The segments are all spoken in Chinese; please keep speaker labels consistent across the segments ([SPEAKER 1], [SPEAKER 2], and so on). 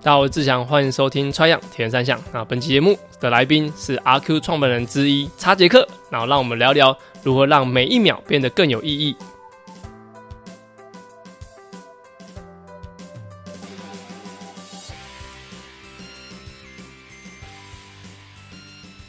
[SPEAKER 1] 大家好，我是志祥，欢迎收听《穿样铁人三项》。那本期节目的来宾是 RQ 创办人之一查杰克，然后让我们聊聊如何让每一秒变得更有意义。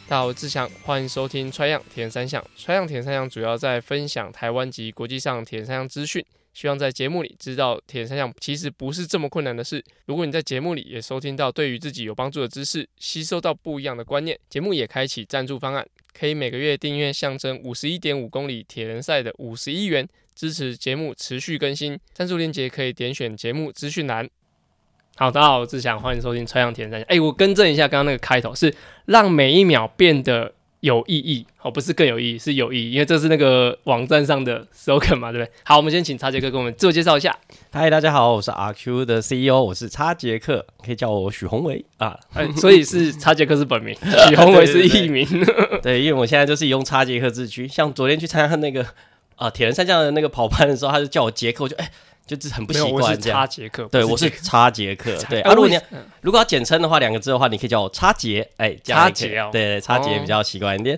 [SPEAKER 1] 大家好，我是志祥，欢迎收听《穿样铁人三项》。《穿样铁人三项》主要在分享台湾及国际上铁人三项资讯，希望在节目里知道铁人三项其实不是这么困难的事。如果你在节目里也收听到对于自己有帮助的知识，吸收到不一样的观念，节目也开启赞助方案，可以每个月订阅象征五十一点五公里铁人赛的五十一元，支持节目持续更新。赞助链接可以点选节目资讯栏。好，大家好，我是志祥，欢迎收听《穿样铁人三项》。哎，我更正一下，刚刚那个开头是让每一秒变得有意义，哦，不是更有意义，是有意义，因为这是那个网站上的 slogan 嘛，对不对？好，我们先请查杰哥给我们自我介绍一下。
[SPEAKER 2] 嗨，大家好，我是 RQ 的 CEO，我是叉杰克，可以叫我许宏伟啊。
[SPEAKER 1] 哎， 所以是查杰克是 本名，许宏伟是艺名。
[SPEAKER 2] 对，因为我现在就是用叉杰克自居。像昨天去参加那个啊铁人三项的那个跑班的时候，他就叫我杰克，我就哎、就是很不习
[SPEAKER 1] 没有我是
[SPEAKER 2] 惯这样。
[SPEAKER 1] 查杰克，
[SPEAKER 2] 对，
[SPEAKER 1] 不
[SPEAKER 2] 我
[SPEAKER 1] 杰
[SPEAKER 2] 是
[SPEAKER 1] 克
[SPEAKER 2] 叉 杰克。对
[SPEAKER 1] 哎
[SPEAKER 2] 啊，如果
[SPEAKER 1] 为
[SPEAKER 2] 你要如果要简称的话，两个字的话，你可以叫我叉杰。哎，这样也
[SPEAKER 1] 叉
[SPEAKER 2] 可以
[SPEAKER 1] 杰哦
[SPEAKER 2] 对对，叉杰比较习惯一点。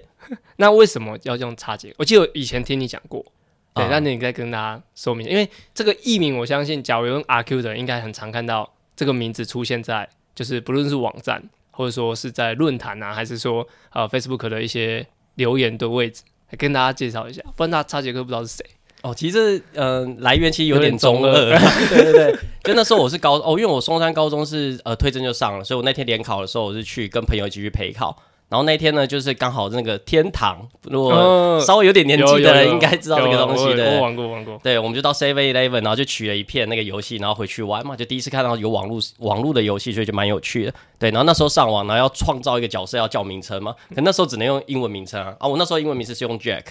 [SPEAKER 1] 那为什么要用查杰克？我记得我以前听你讲过。对，
[SPEAKER 2] 啊
[SPEAKER 1] 那你再跟大家说明，因为这个艺名，我相信假如用 RQ 的人，应该很常看到这个名字出现在，就是不论是网站，或者说是在论坛啊，还是说呃 Facebook 的一些留言的位置，来跟大家介绍一下，不然大家查杰克不知道是谁。
[SPEAKER 2] 哦，其实嗯、呃来源其实有点中
[SPEAKER 1] 有
[SPEAKER 2] 二， 对对对，就那时候我是高哦，因为我松山高中是呃推甄就上了，所以我那天联考的时候我是去跟朋友一起去陪考，然后那天呢就是刚好那个天堂，如果
[SPEAKER 1] 哦
[SPEAKER 2] 稍微有点年纪的
[SPEAKER 1] 有有
[SPEAKER 2] 人
[SPEAKER 1] 有
[SPEAKER 2] 应该知道这个
[SPEAKER 1] 有
[SPEAKER 2] 东西
[SPEAKER 1] 我有我
[SPEAKER 2] 的。
[SPEAKER 1] 玩过，玩过。
[SPEAKER 2] 对，我们就到 Seven Eleven，然后就取了一片那个游戏，然后回去玩嘛，就第一次看到有网络网络的游戏，所以就蛮有趣的。对，然后那时候上网，然后要创造一个角色，要叫名称嘛，
[SPEAKER 1] 嗯
[SPEAKER 2] 可那时候只能用英文名称啊。啊，我那时候英文名字是用 Jack，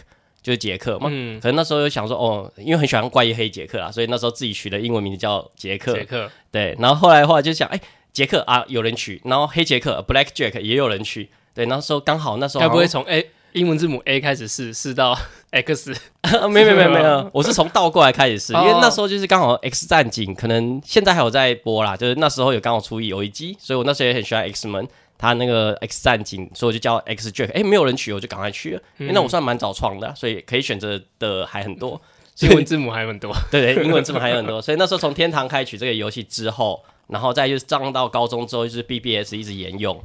[SPEAKER 2] 就是杰克嘛。
[SPEAKER 1] 嗯，
[SPEAKER 2] 可能那时候就想说，哦，因为很喜欢怪异黑杰克啦，所以那时候自己取的英文名字叫杰克。
[SPEAKER 1] 杰克，
[SPEAKER 2] 对，然后后来的话就想，哎、杰克啊，有人取，然后黑杰克 （Black Jack） 也有人取。对，那时候刚好那时候
[SPEAKER 1] 该不
[SPEAKER 2] 好
[SPEAKER 1] 会
[SPEAKER 2] 像
[SPEAKER 1] 从 A 英文字母 A 开始试，试到 X？
[SPEAKER 2] 没有没有没有没
[SPEAKER 1] 是吗
[SPEAKER 2] 有，我是从倒过来开始试，
[SPEAKER 1] 哦
[SPEAKER 2] 因为那时候就是刚好 X 战警，可能现在还有在播啦，就是那时候有刚好出有一集，所以我那时候也很喜欢 X 门，他那个 X 战警，所以我就叫 X Jack，哎、没有人取，我就赶快去了，因为那我算蛮早创的啊，所以可以选择的还很多， 所
[SPEAKER 1] 英
[SPEAKER 2] 以
[SPEAKER 1] 文字母还很多。
[SPEAKER 2] 对对，英文字母还有很多，所以那时候从天堂开始取这个游戏之后，然后再就是上到高中之后，就是 BBS 一直沿用，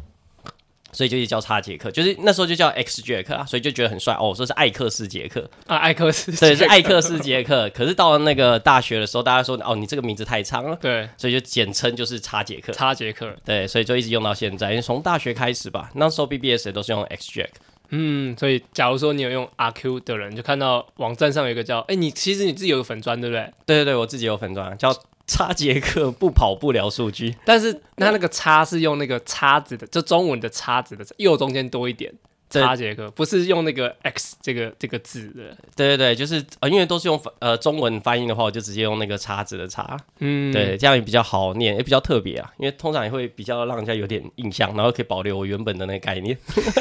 [SPEAKER 2] 所以就一直叫叉杰克，就是那时候就叫 X 杰克啊，所以就觉得很帅哦，说是艾克斯杰克，
[SPEAKER 1] 啊，艾克 斯，
[SPEAKER 2] 对，是艾克斯杰克。可是到了那个大学的时候，大家说哦，你这个名字太长了，
[SPEAKER 1] 对，
[SPEAKER 2] 所以就简称就是叉杰克。
[SPEAKER 1] 查杰克。
[SPEAKER 2] 对，所以就一直用到现在，因为从大学开始吧，那时候 BBS 也都是用 X Jack。
[SPEAKER 1] 嗯，所以假如说你有用 RQ 的人，就看到网站上有一个叫“哎、你其实你自己有个粉砖，对不对？
[SPEAKER 2] 对对对，我自己有粉装叫叉杰克，不跑不聊数据。
[SPEAKER 1] 但是那那个叉是用那个叉子的，就中文的叉子的右中间多一点，
[SPEAKER 2] 对
[SPEAKER 1] 叉杰克，不是用那个 X 这个这个字的。
[SPEAKER 2] 对对对，就是呃，因为都是用呃中文翻译的话，我就直接用那个叉子的叉，
[SPEAKER 1] 嗯，
[SPEAKER 2] 对，这样也比较好念，也比较特别啊，因为通常也会比较让人家有点印象，然后可以保留我原本的那个概念。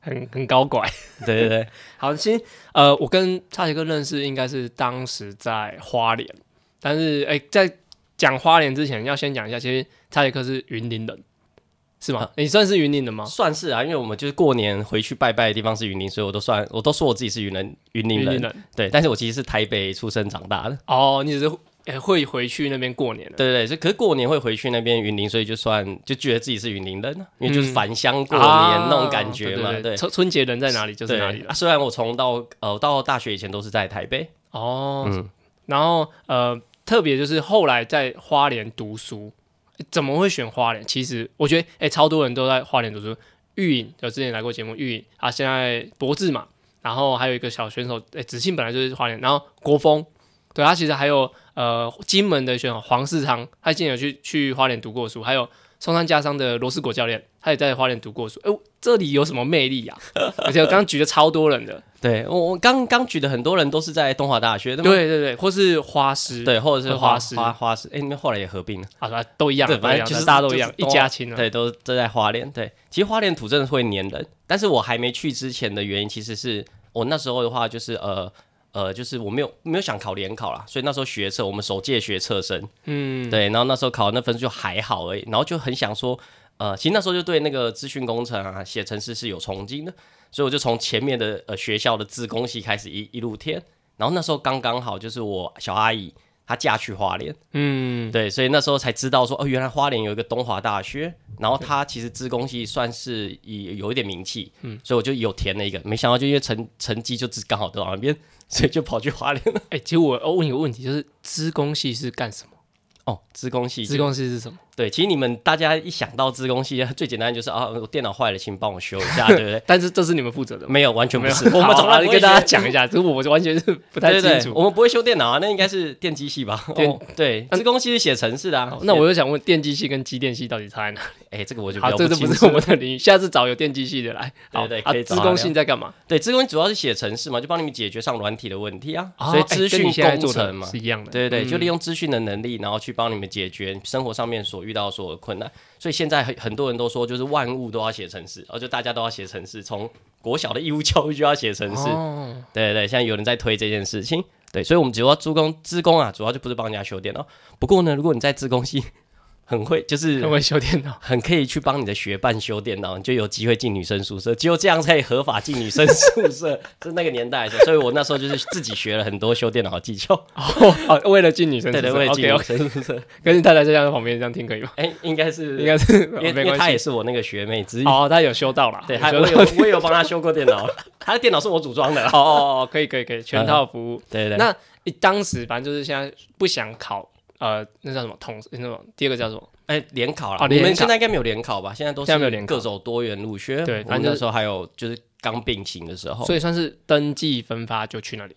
[SPEAKER 1] 很很高拐。
[SPEAKER 2] 对对对，
[SPEAKER 1] 好，其实呃，我跟叉杰克认识应该是当时在花莲，但是哎、在讲花莲之前，要先讲一下，其实叉杰克是云林人，是
[SPEAKER 2] 啊
[SPEAKER 1] 吗？你算是云林人吗？
[SPEAKER 2] 算是啊，因为我们就是过年回去拜拜的地方是云林，所以我都算我都说我自己是云林云林
[SPEAKER 1] 云林
[SPEAKER 2] 人，
[SPEAKER 1] 人。
[SPEAKER 2] 对，但是我其实是台北出生长大的。
[SPEAKER 1] 哦，你只是呃会回去那边过年的
[SPEAKER 2] 对对对，就可是过年会回去那边云林，所以就算就觉得自己是云林人啊，因为就是
[SPEAKER 1] 嗯
[SPEAKER 2] 返乡过年、
[SPEAKER 1] 啊
[SPEAKER 2] 那种感觉嘛。
[SPEAKER 1] 对
[SPEAKER 2] 对
[SPEAKER 1] 春春节人在哪里就是
[SPEAKER 2] 对
[SPEAKER 1] 哪里了。
[SPEAKER 2] 啊虽然我从到呃到大学以前都是在台北，
[SPEAKER 1] 哦，
[SPEAKER 2] 嗯
[SPEAKER 1] 然后呃，特别就是后来在花莲读书，诶怎么会选花莲？其实我觉得，哎、超多人都在花莲读书。玉颖有之前来过节目，玉颖啊，现在博智嘛，然后还有一个小选手，哎、子庆本来就是花莲，然后国风，对他其实还有呃金门的选手黄世昌，他之前有去去花莲读过书，还有松山家商的罗斯果教练，他也在花莲读过书。哎、这里有什么魅力呀、而且我刚刚举了超多人的，
[SPEAKER 2] 对我我刚刚举的很多人都是在东华大学，对吗
[SPEAKER 1] 对对对，或是花师，
[SPEAKER 2] 对，或者是
[SPEAKER 1] 花
[SPEAKER 2] 花
[SPEAKER 1] 师
[SPEAKER 2] 花花师，哎，你们后来也合并了，
[SPEAKER 1] 啊，都一样，
[SPEAKER 2] 对，反
[SPEAKER 1] 都
[SPEAKER 2] 正
[SPEAKER 1] 一样
[SPEAKER 2] 就是
[SPEAKER 1] 大家都一样，
[SPEAKER 2] 就是
[SPEAKER 1] 一家亲啊。
[SPEAKER 2] 对，都都在花莲。对，其实花莲土真的会黏人，但是我还没去之前的原因其实是我那时候的话就是呃。呃，就是我没有没有想考联考啦，所以那时候学测，我们首届学测生，
[SPEAKER 1] 嗯，
[SPEAKER 2] 对，然后那时候考那分数就还好而已，然后就很想说，呃，其实那时候就对那个资讯工程啊、写程式是有憧憬的，所以我就从前面的呃学校的自工系开始一一路填，然后那时候刚刚好就是我小阿姨她嫁去花莲，
[SPEAKER 1] 嗯，
[SPEAKER 2] 对，所以那时候才知道说，哦，原来花莲有一个东华大学，然后它其实资工系算是以有一点名气，嗯，所以我就有填了一个，没想到就因为成成绩就只刚好到那边， 所以就跑去花莲了。
[SPEAKER 1] 哎、其实我要问一个问题，就是资工系是干什么？
[SPEAKER 2] 哦，资工系，
[SPEAKER 1] 资工系是什么？
[SPEAKER 2] 对，其实你们大家一想到资工系，最简单就是啊，我电脑坏了，请帮我修一下，对不 对？
[SPEAKER 1] 但是这是你们负责的吗？
[SPEAKER 2] 没有，完全
[SPEAKER 1] 没
[SPEAKER 2] 不
[SPEAKER 1] 有
[SPEAKER 2] 是，
[SPEAKER 1] 我
[SPEAKER 2] 好
[SPEAKER 1] 们总
[SPEAKER 2] 啊
[SPEAKER 1] 来
[SPEAKER 2] 你
[SPEAKER 1] 跟
[SPEAKER 2] 跟
[SPEAKER 1] 大
[SPEAKER 2] 大
[SPEAKER 1] 家
[SPEAKER 2] 家
[SPEAKER 1] 讲一下，只是我完全是不太
[SPEAKER 2] 对对
[SPEAKER 1] 清
[SPEAKER 2] 对，
[SPEAKER 1] 楚。
[SPEAKER 2] 我们不会修电脑啊，那应该是电机系吧？
[SPEAKER 1] 电
[SPEAKER 2] 哦对，
[SPEAKER 1] 嗯
[SPEAKER 2] 资工系是写程式的啊
[SPEAKER 1] 好。那我就想问，电机系跟机电系到底差在哪？
[SPEAKER 2] 哎，这个我就比
[SPEAKER 1] 好，
[SPEAKER 2] 较
[SPEAKER 1] 这
[SPEAKER 2] 不
[SPEAKER 1] 就不
[SPEAKER 2] 清
[SPEAKER 1] 是我
[SPEAKER 2] 楚。
[SPEAKER 1] 们的领域，下次找有电机系的来。好，
[SPEAKER 2] 对对
[SPEAKER 1] 啊
[SPEAKER 2] 可以，找
[SPEAKER 1] 资
[SPEAKER 2] 他
[SPEAKER 1] 工
[SPEAKER 2] 聊
[SPEAKER 1] 系在干嘛？
[SPEAKER 2] 对，资工主要是写程式嘛，就帮你们解决上软体的问题啊，
[SPEAKER 1] 啊
[SPEAKER 2] 所以
[SPEAKER 1] 哎
[SPEAKER 2] 资
[SPEAKER 1] 跟你
[SPEAKER 2] 讯
[SPEAKER 1] 现在
[SPEAKER 2] 工
[SPEAKER 1] 做的
[SPEAKER 2] 程嘛。
[SPEAKER 1] 是一样的。
[SPEAKER 2] 对对对，就
[SPEAKER 1] 嗯
[SPEAKER 2] 利用资讯的能力，然后去帮你们解决生活上面所遇到的所有的困难。所以现在很很多人都说，就是万物都要写程式，哦，就大家都要写程式，从国小的义务教育就要写程式。
[SPEAKER 1] 哦
[SPEAKER 2] 对对，现在有人在推这件事情。对，所以我们主要租工资工啊，主要就不是帮人家修电脑。不过呢，如果你在资工系 很会，就是
[SPEAKER 1] 很会修电脑。
[SPEAKER 2] 很可以去帮你的学伴修电脑，你就有机会进女生宿舍，只有这样才可以合法进女生宿 舍。是那个年代的时候，所以我那时候就是自己学了很多修电脑的 技巧。
[SPEAKER 1] 哦，为了进女生宿
[SPEAKER 2] 对
[SPEAKER 1] 舍，
[SPEAKER 2] 对，为了进女
[SPEAKER 1] OK，哦
[SPEAKER 2] 生宿舍，
[SPEAKER 1] 可是太太在这样旁边这样听可以吗？
[SPEAKER 2] 哎、应该是，
[SPEAKER 1] 应该是哦
[SPEAKER 2] 因为因
[SPEAKER 1] 没
[SPEAKER 2] 为
[SPEAKER 1] 关
[SPEAKER 2] 她
[SPEAKER 1] 系。
[SPEAKER 2] 也是我那个学妹之一。
[SPEAKER 1] 哦，他有修到啦。
[SPEAKER 2] 对，
[SPEAKER 1] 有
[SPEAKER 2] 她
[SPEAKER 1] 修
[SPEAKER 2] 我
[SPEAKER 1] 到
[SPEAKER 2] 有我有帮她修过电脑， 她的电脑是我组装的啦。
[SPEAKER 1] 哦哦哦，可以可以可以，全
[SPEAKER 2] 嗯
[SPEAKER 1] 套服务。
[SPEAKER 2] 对对
[SPEAKER 1] 那你当时反正就是现在不想考，呃，那叫什么统那种第二个叫什么？
[SPEAKER 2] 哎，联考
[SPEAKER 1] 哦
[SPEAKER 2] 啦，你
[SPEAKER 1] 联
[SPEAKER 2] 们
[SPEAKER 1] 考
[SPEAKER 2] 现在应该没有联考吧？现在都
[SPEAKER 1] 现在没有
[SPEAKER 2] 是
[SPEAKER 1] 联
[SPEAKER 2] 各走多元入学。
[SPEAKER 1] 对
[SPEAKER 2] 我
[SPEAKER 1] 反正
[SPEAKER 2] 们
[SPEAKER 1] 就是
[SPEAKER 2] 那时候还有就是刚并行的时候，
[SPEAKER 1] 所以算是登记分发就去那里，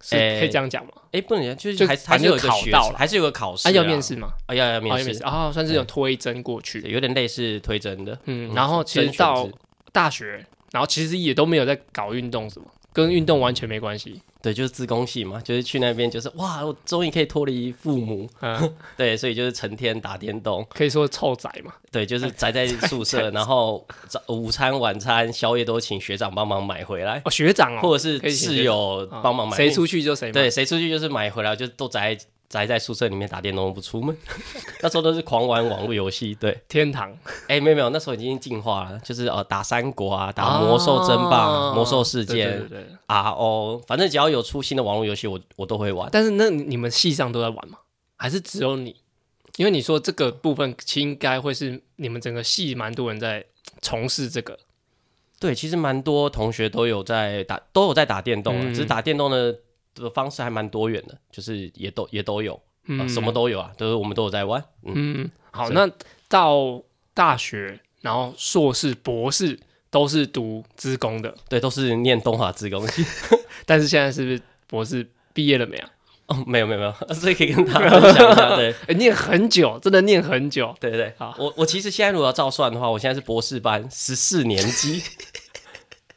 [SPEAKER 1] 是
[SPEAKER 2] 诶
[SPEAKER 1] 可以这样讲吗？
[SPEAKER 2] 哦哎，不能讲，就
[SPEAKER 1] 就是
[SPEAKER 2] 还是还
[SPEAKER 1] 反
[SPEAKER 2] 是
[SPEAKER 1] 正
[SPEAKER 2] 有一个
[SPEAKER 1] 考
[SPEAKER 2] 学
[SPEAKER 1] 到
[SPEAKER 2] 制，
[SPEAKER 1] 了
[SPEAKER 2] 还是有个考试
[SPEAKER 1] 啊，
[SPEAKER 2] 啊，
[SPEAKER 1] 要面试吗？
[SPEAKER 2] 啊，要要
[SPEAKER 1] 哦要
[SPEAKER 2] 面
[SPEAKER 1] 面
[SPEAKER 2] 试嗯
[SPEAKER 1] 试，，哦，算是有推甄过去。
[SPEAKER 2] 对有点类似推甄的。
[SPEAKER 1] 嗯，
[SPEAKER 2] 嗯
[SPEAKER 1] 然后其
[SPEAKER 2] 甄
[SPEAKER 1] 实
[SPEAKER 2] 选
[SPEAKER 1] 到
[SPEAKER 2] 制
[SPEAKER 1] 大学，然后其实也都没有在搞运动什么，跟运动完全没关系。
[SPEAKER 2] 对，就是自工系嘛，就是去那边就是哇，我终于可以脱离父母，
[SPEAKER 1] 嗯，
[SPEAKER 2] 对，所以就是成天打电动，
[SPEAKER 1] 可以说臭仔嘛。
[SPEAKER 2] 对，就是宅在宿舍，然后早午餐、晚餐、宵夜都请学长帮忙买回来，
[SPEAKER 1] 哦，学长哦，
[SPEAKER 2] 或者
[SPEAKER 1] 可以
[SPEAKER 2] 是
[SPEAKER 1] 请
[SPEAKER 2] 室
[SPEAKER 1] 学长哦
[SPEAKER 2] 友帮忙买，
[SPEAKER 1] 谁出去就谁嘛。
[SPEAKER 2] 对，谁出去就是买回来，就都宅宅在宿舍里面打电动不出门。 那时候都是狂玩网络游戏，对，
[SPEAKER 1] 天堂
[SPEAKER 2] 哎、没有没有，那时候已经进化了，就是呃打三国啊，打魔兽争霸、
[SPEAKER 1] 哦
[SPEAKER 2] 魔兽世界、
[SPEAKER 1] 对对对对
[SPEAKER 2] RO，反正只要有出新的网络游戏，我我都会玩。
[SPEAKER 1] 啊但是那你你们系上都在玩吗？还是只有你？因为你说这个部分应该会是你们整个系蛮多人在从事这个，
[SPEAKER 2] 对，其实蛮多同学都有在打，都有在打电动啊，
[SPEAKER 1] 嗯
[SPEAKER 2] 只是打电动的的方式还蛮多元的，就是也都也都有、
[SPEAKER 1] 嗯，
[SPEAKER 2] 啊，什么都有啊，都、是我们都有在玩。嗯，
[SPEAKER 1] 嗯，好，
[SPEAKER 2] 是
[SPEAKER 1] 那到大学，然后硕士、博士都是读资工的，
[SPEAKER 2] 对，都是念东华职工系。
[SPEAKER 1] 但是现在是不是博士毕业了没啊？
[SPEAKER 2] 哦，没有没有没有，所以可以跟大家分享一下。对
[SPEAKER 1] 哎、念很久，真的念很久，
[SPEAKER 2] 对对，
[SPEAKER 1] 好
[SPEAKER 2] 我我其实现在如果要照算的话，我现在是博士班十四年级。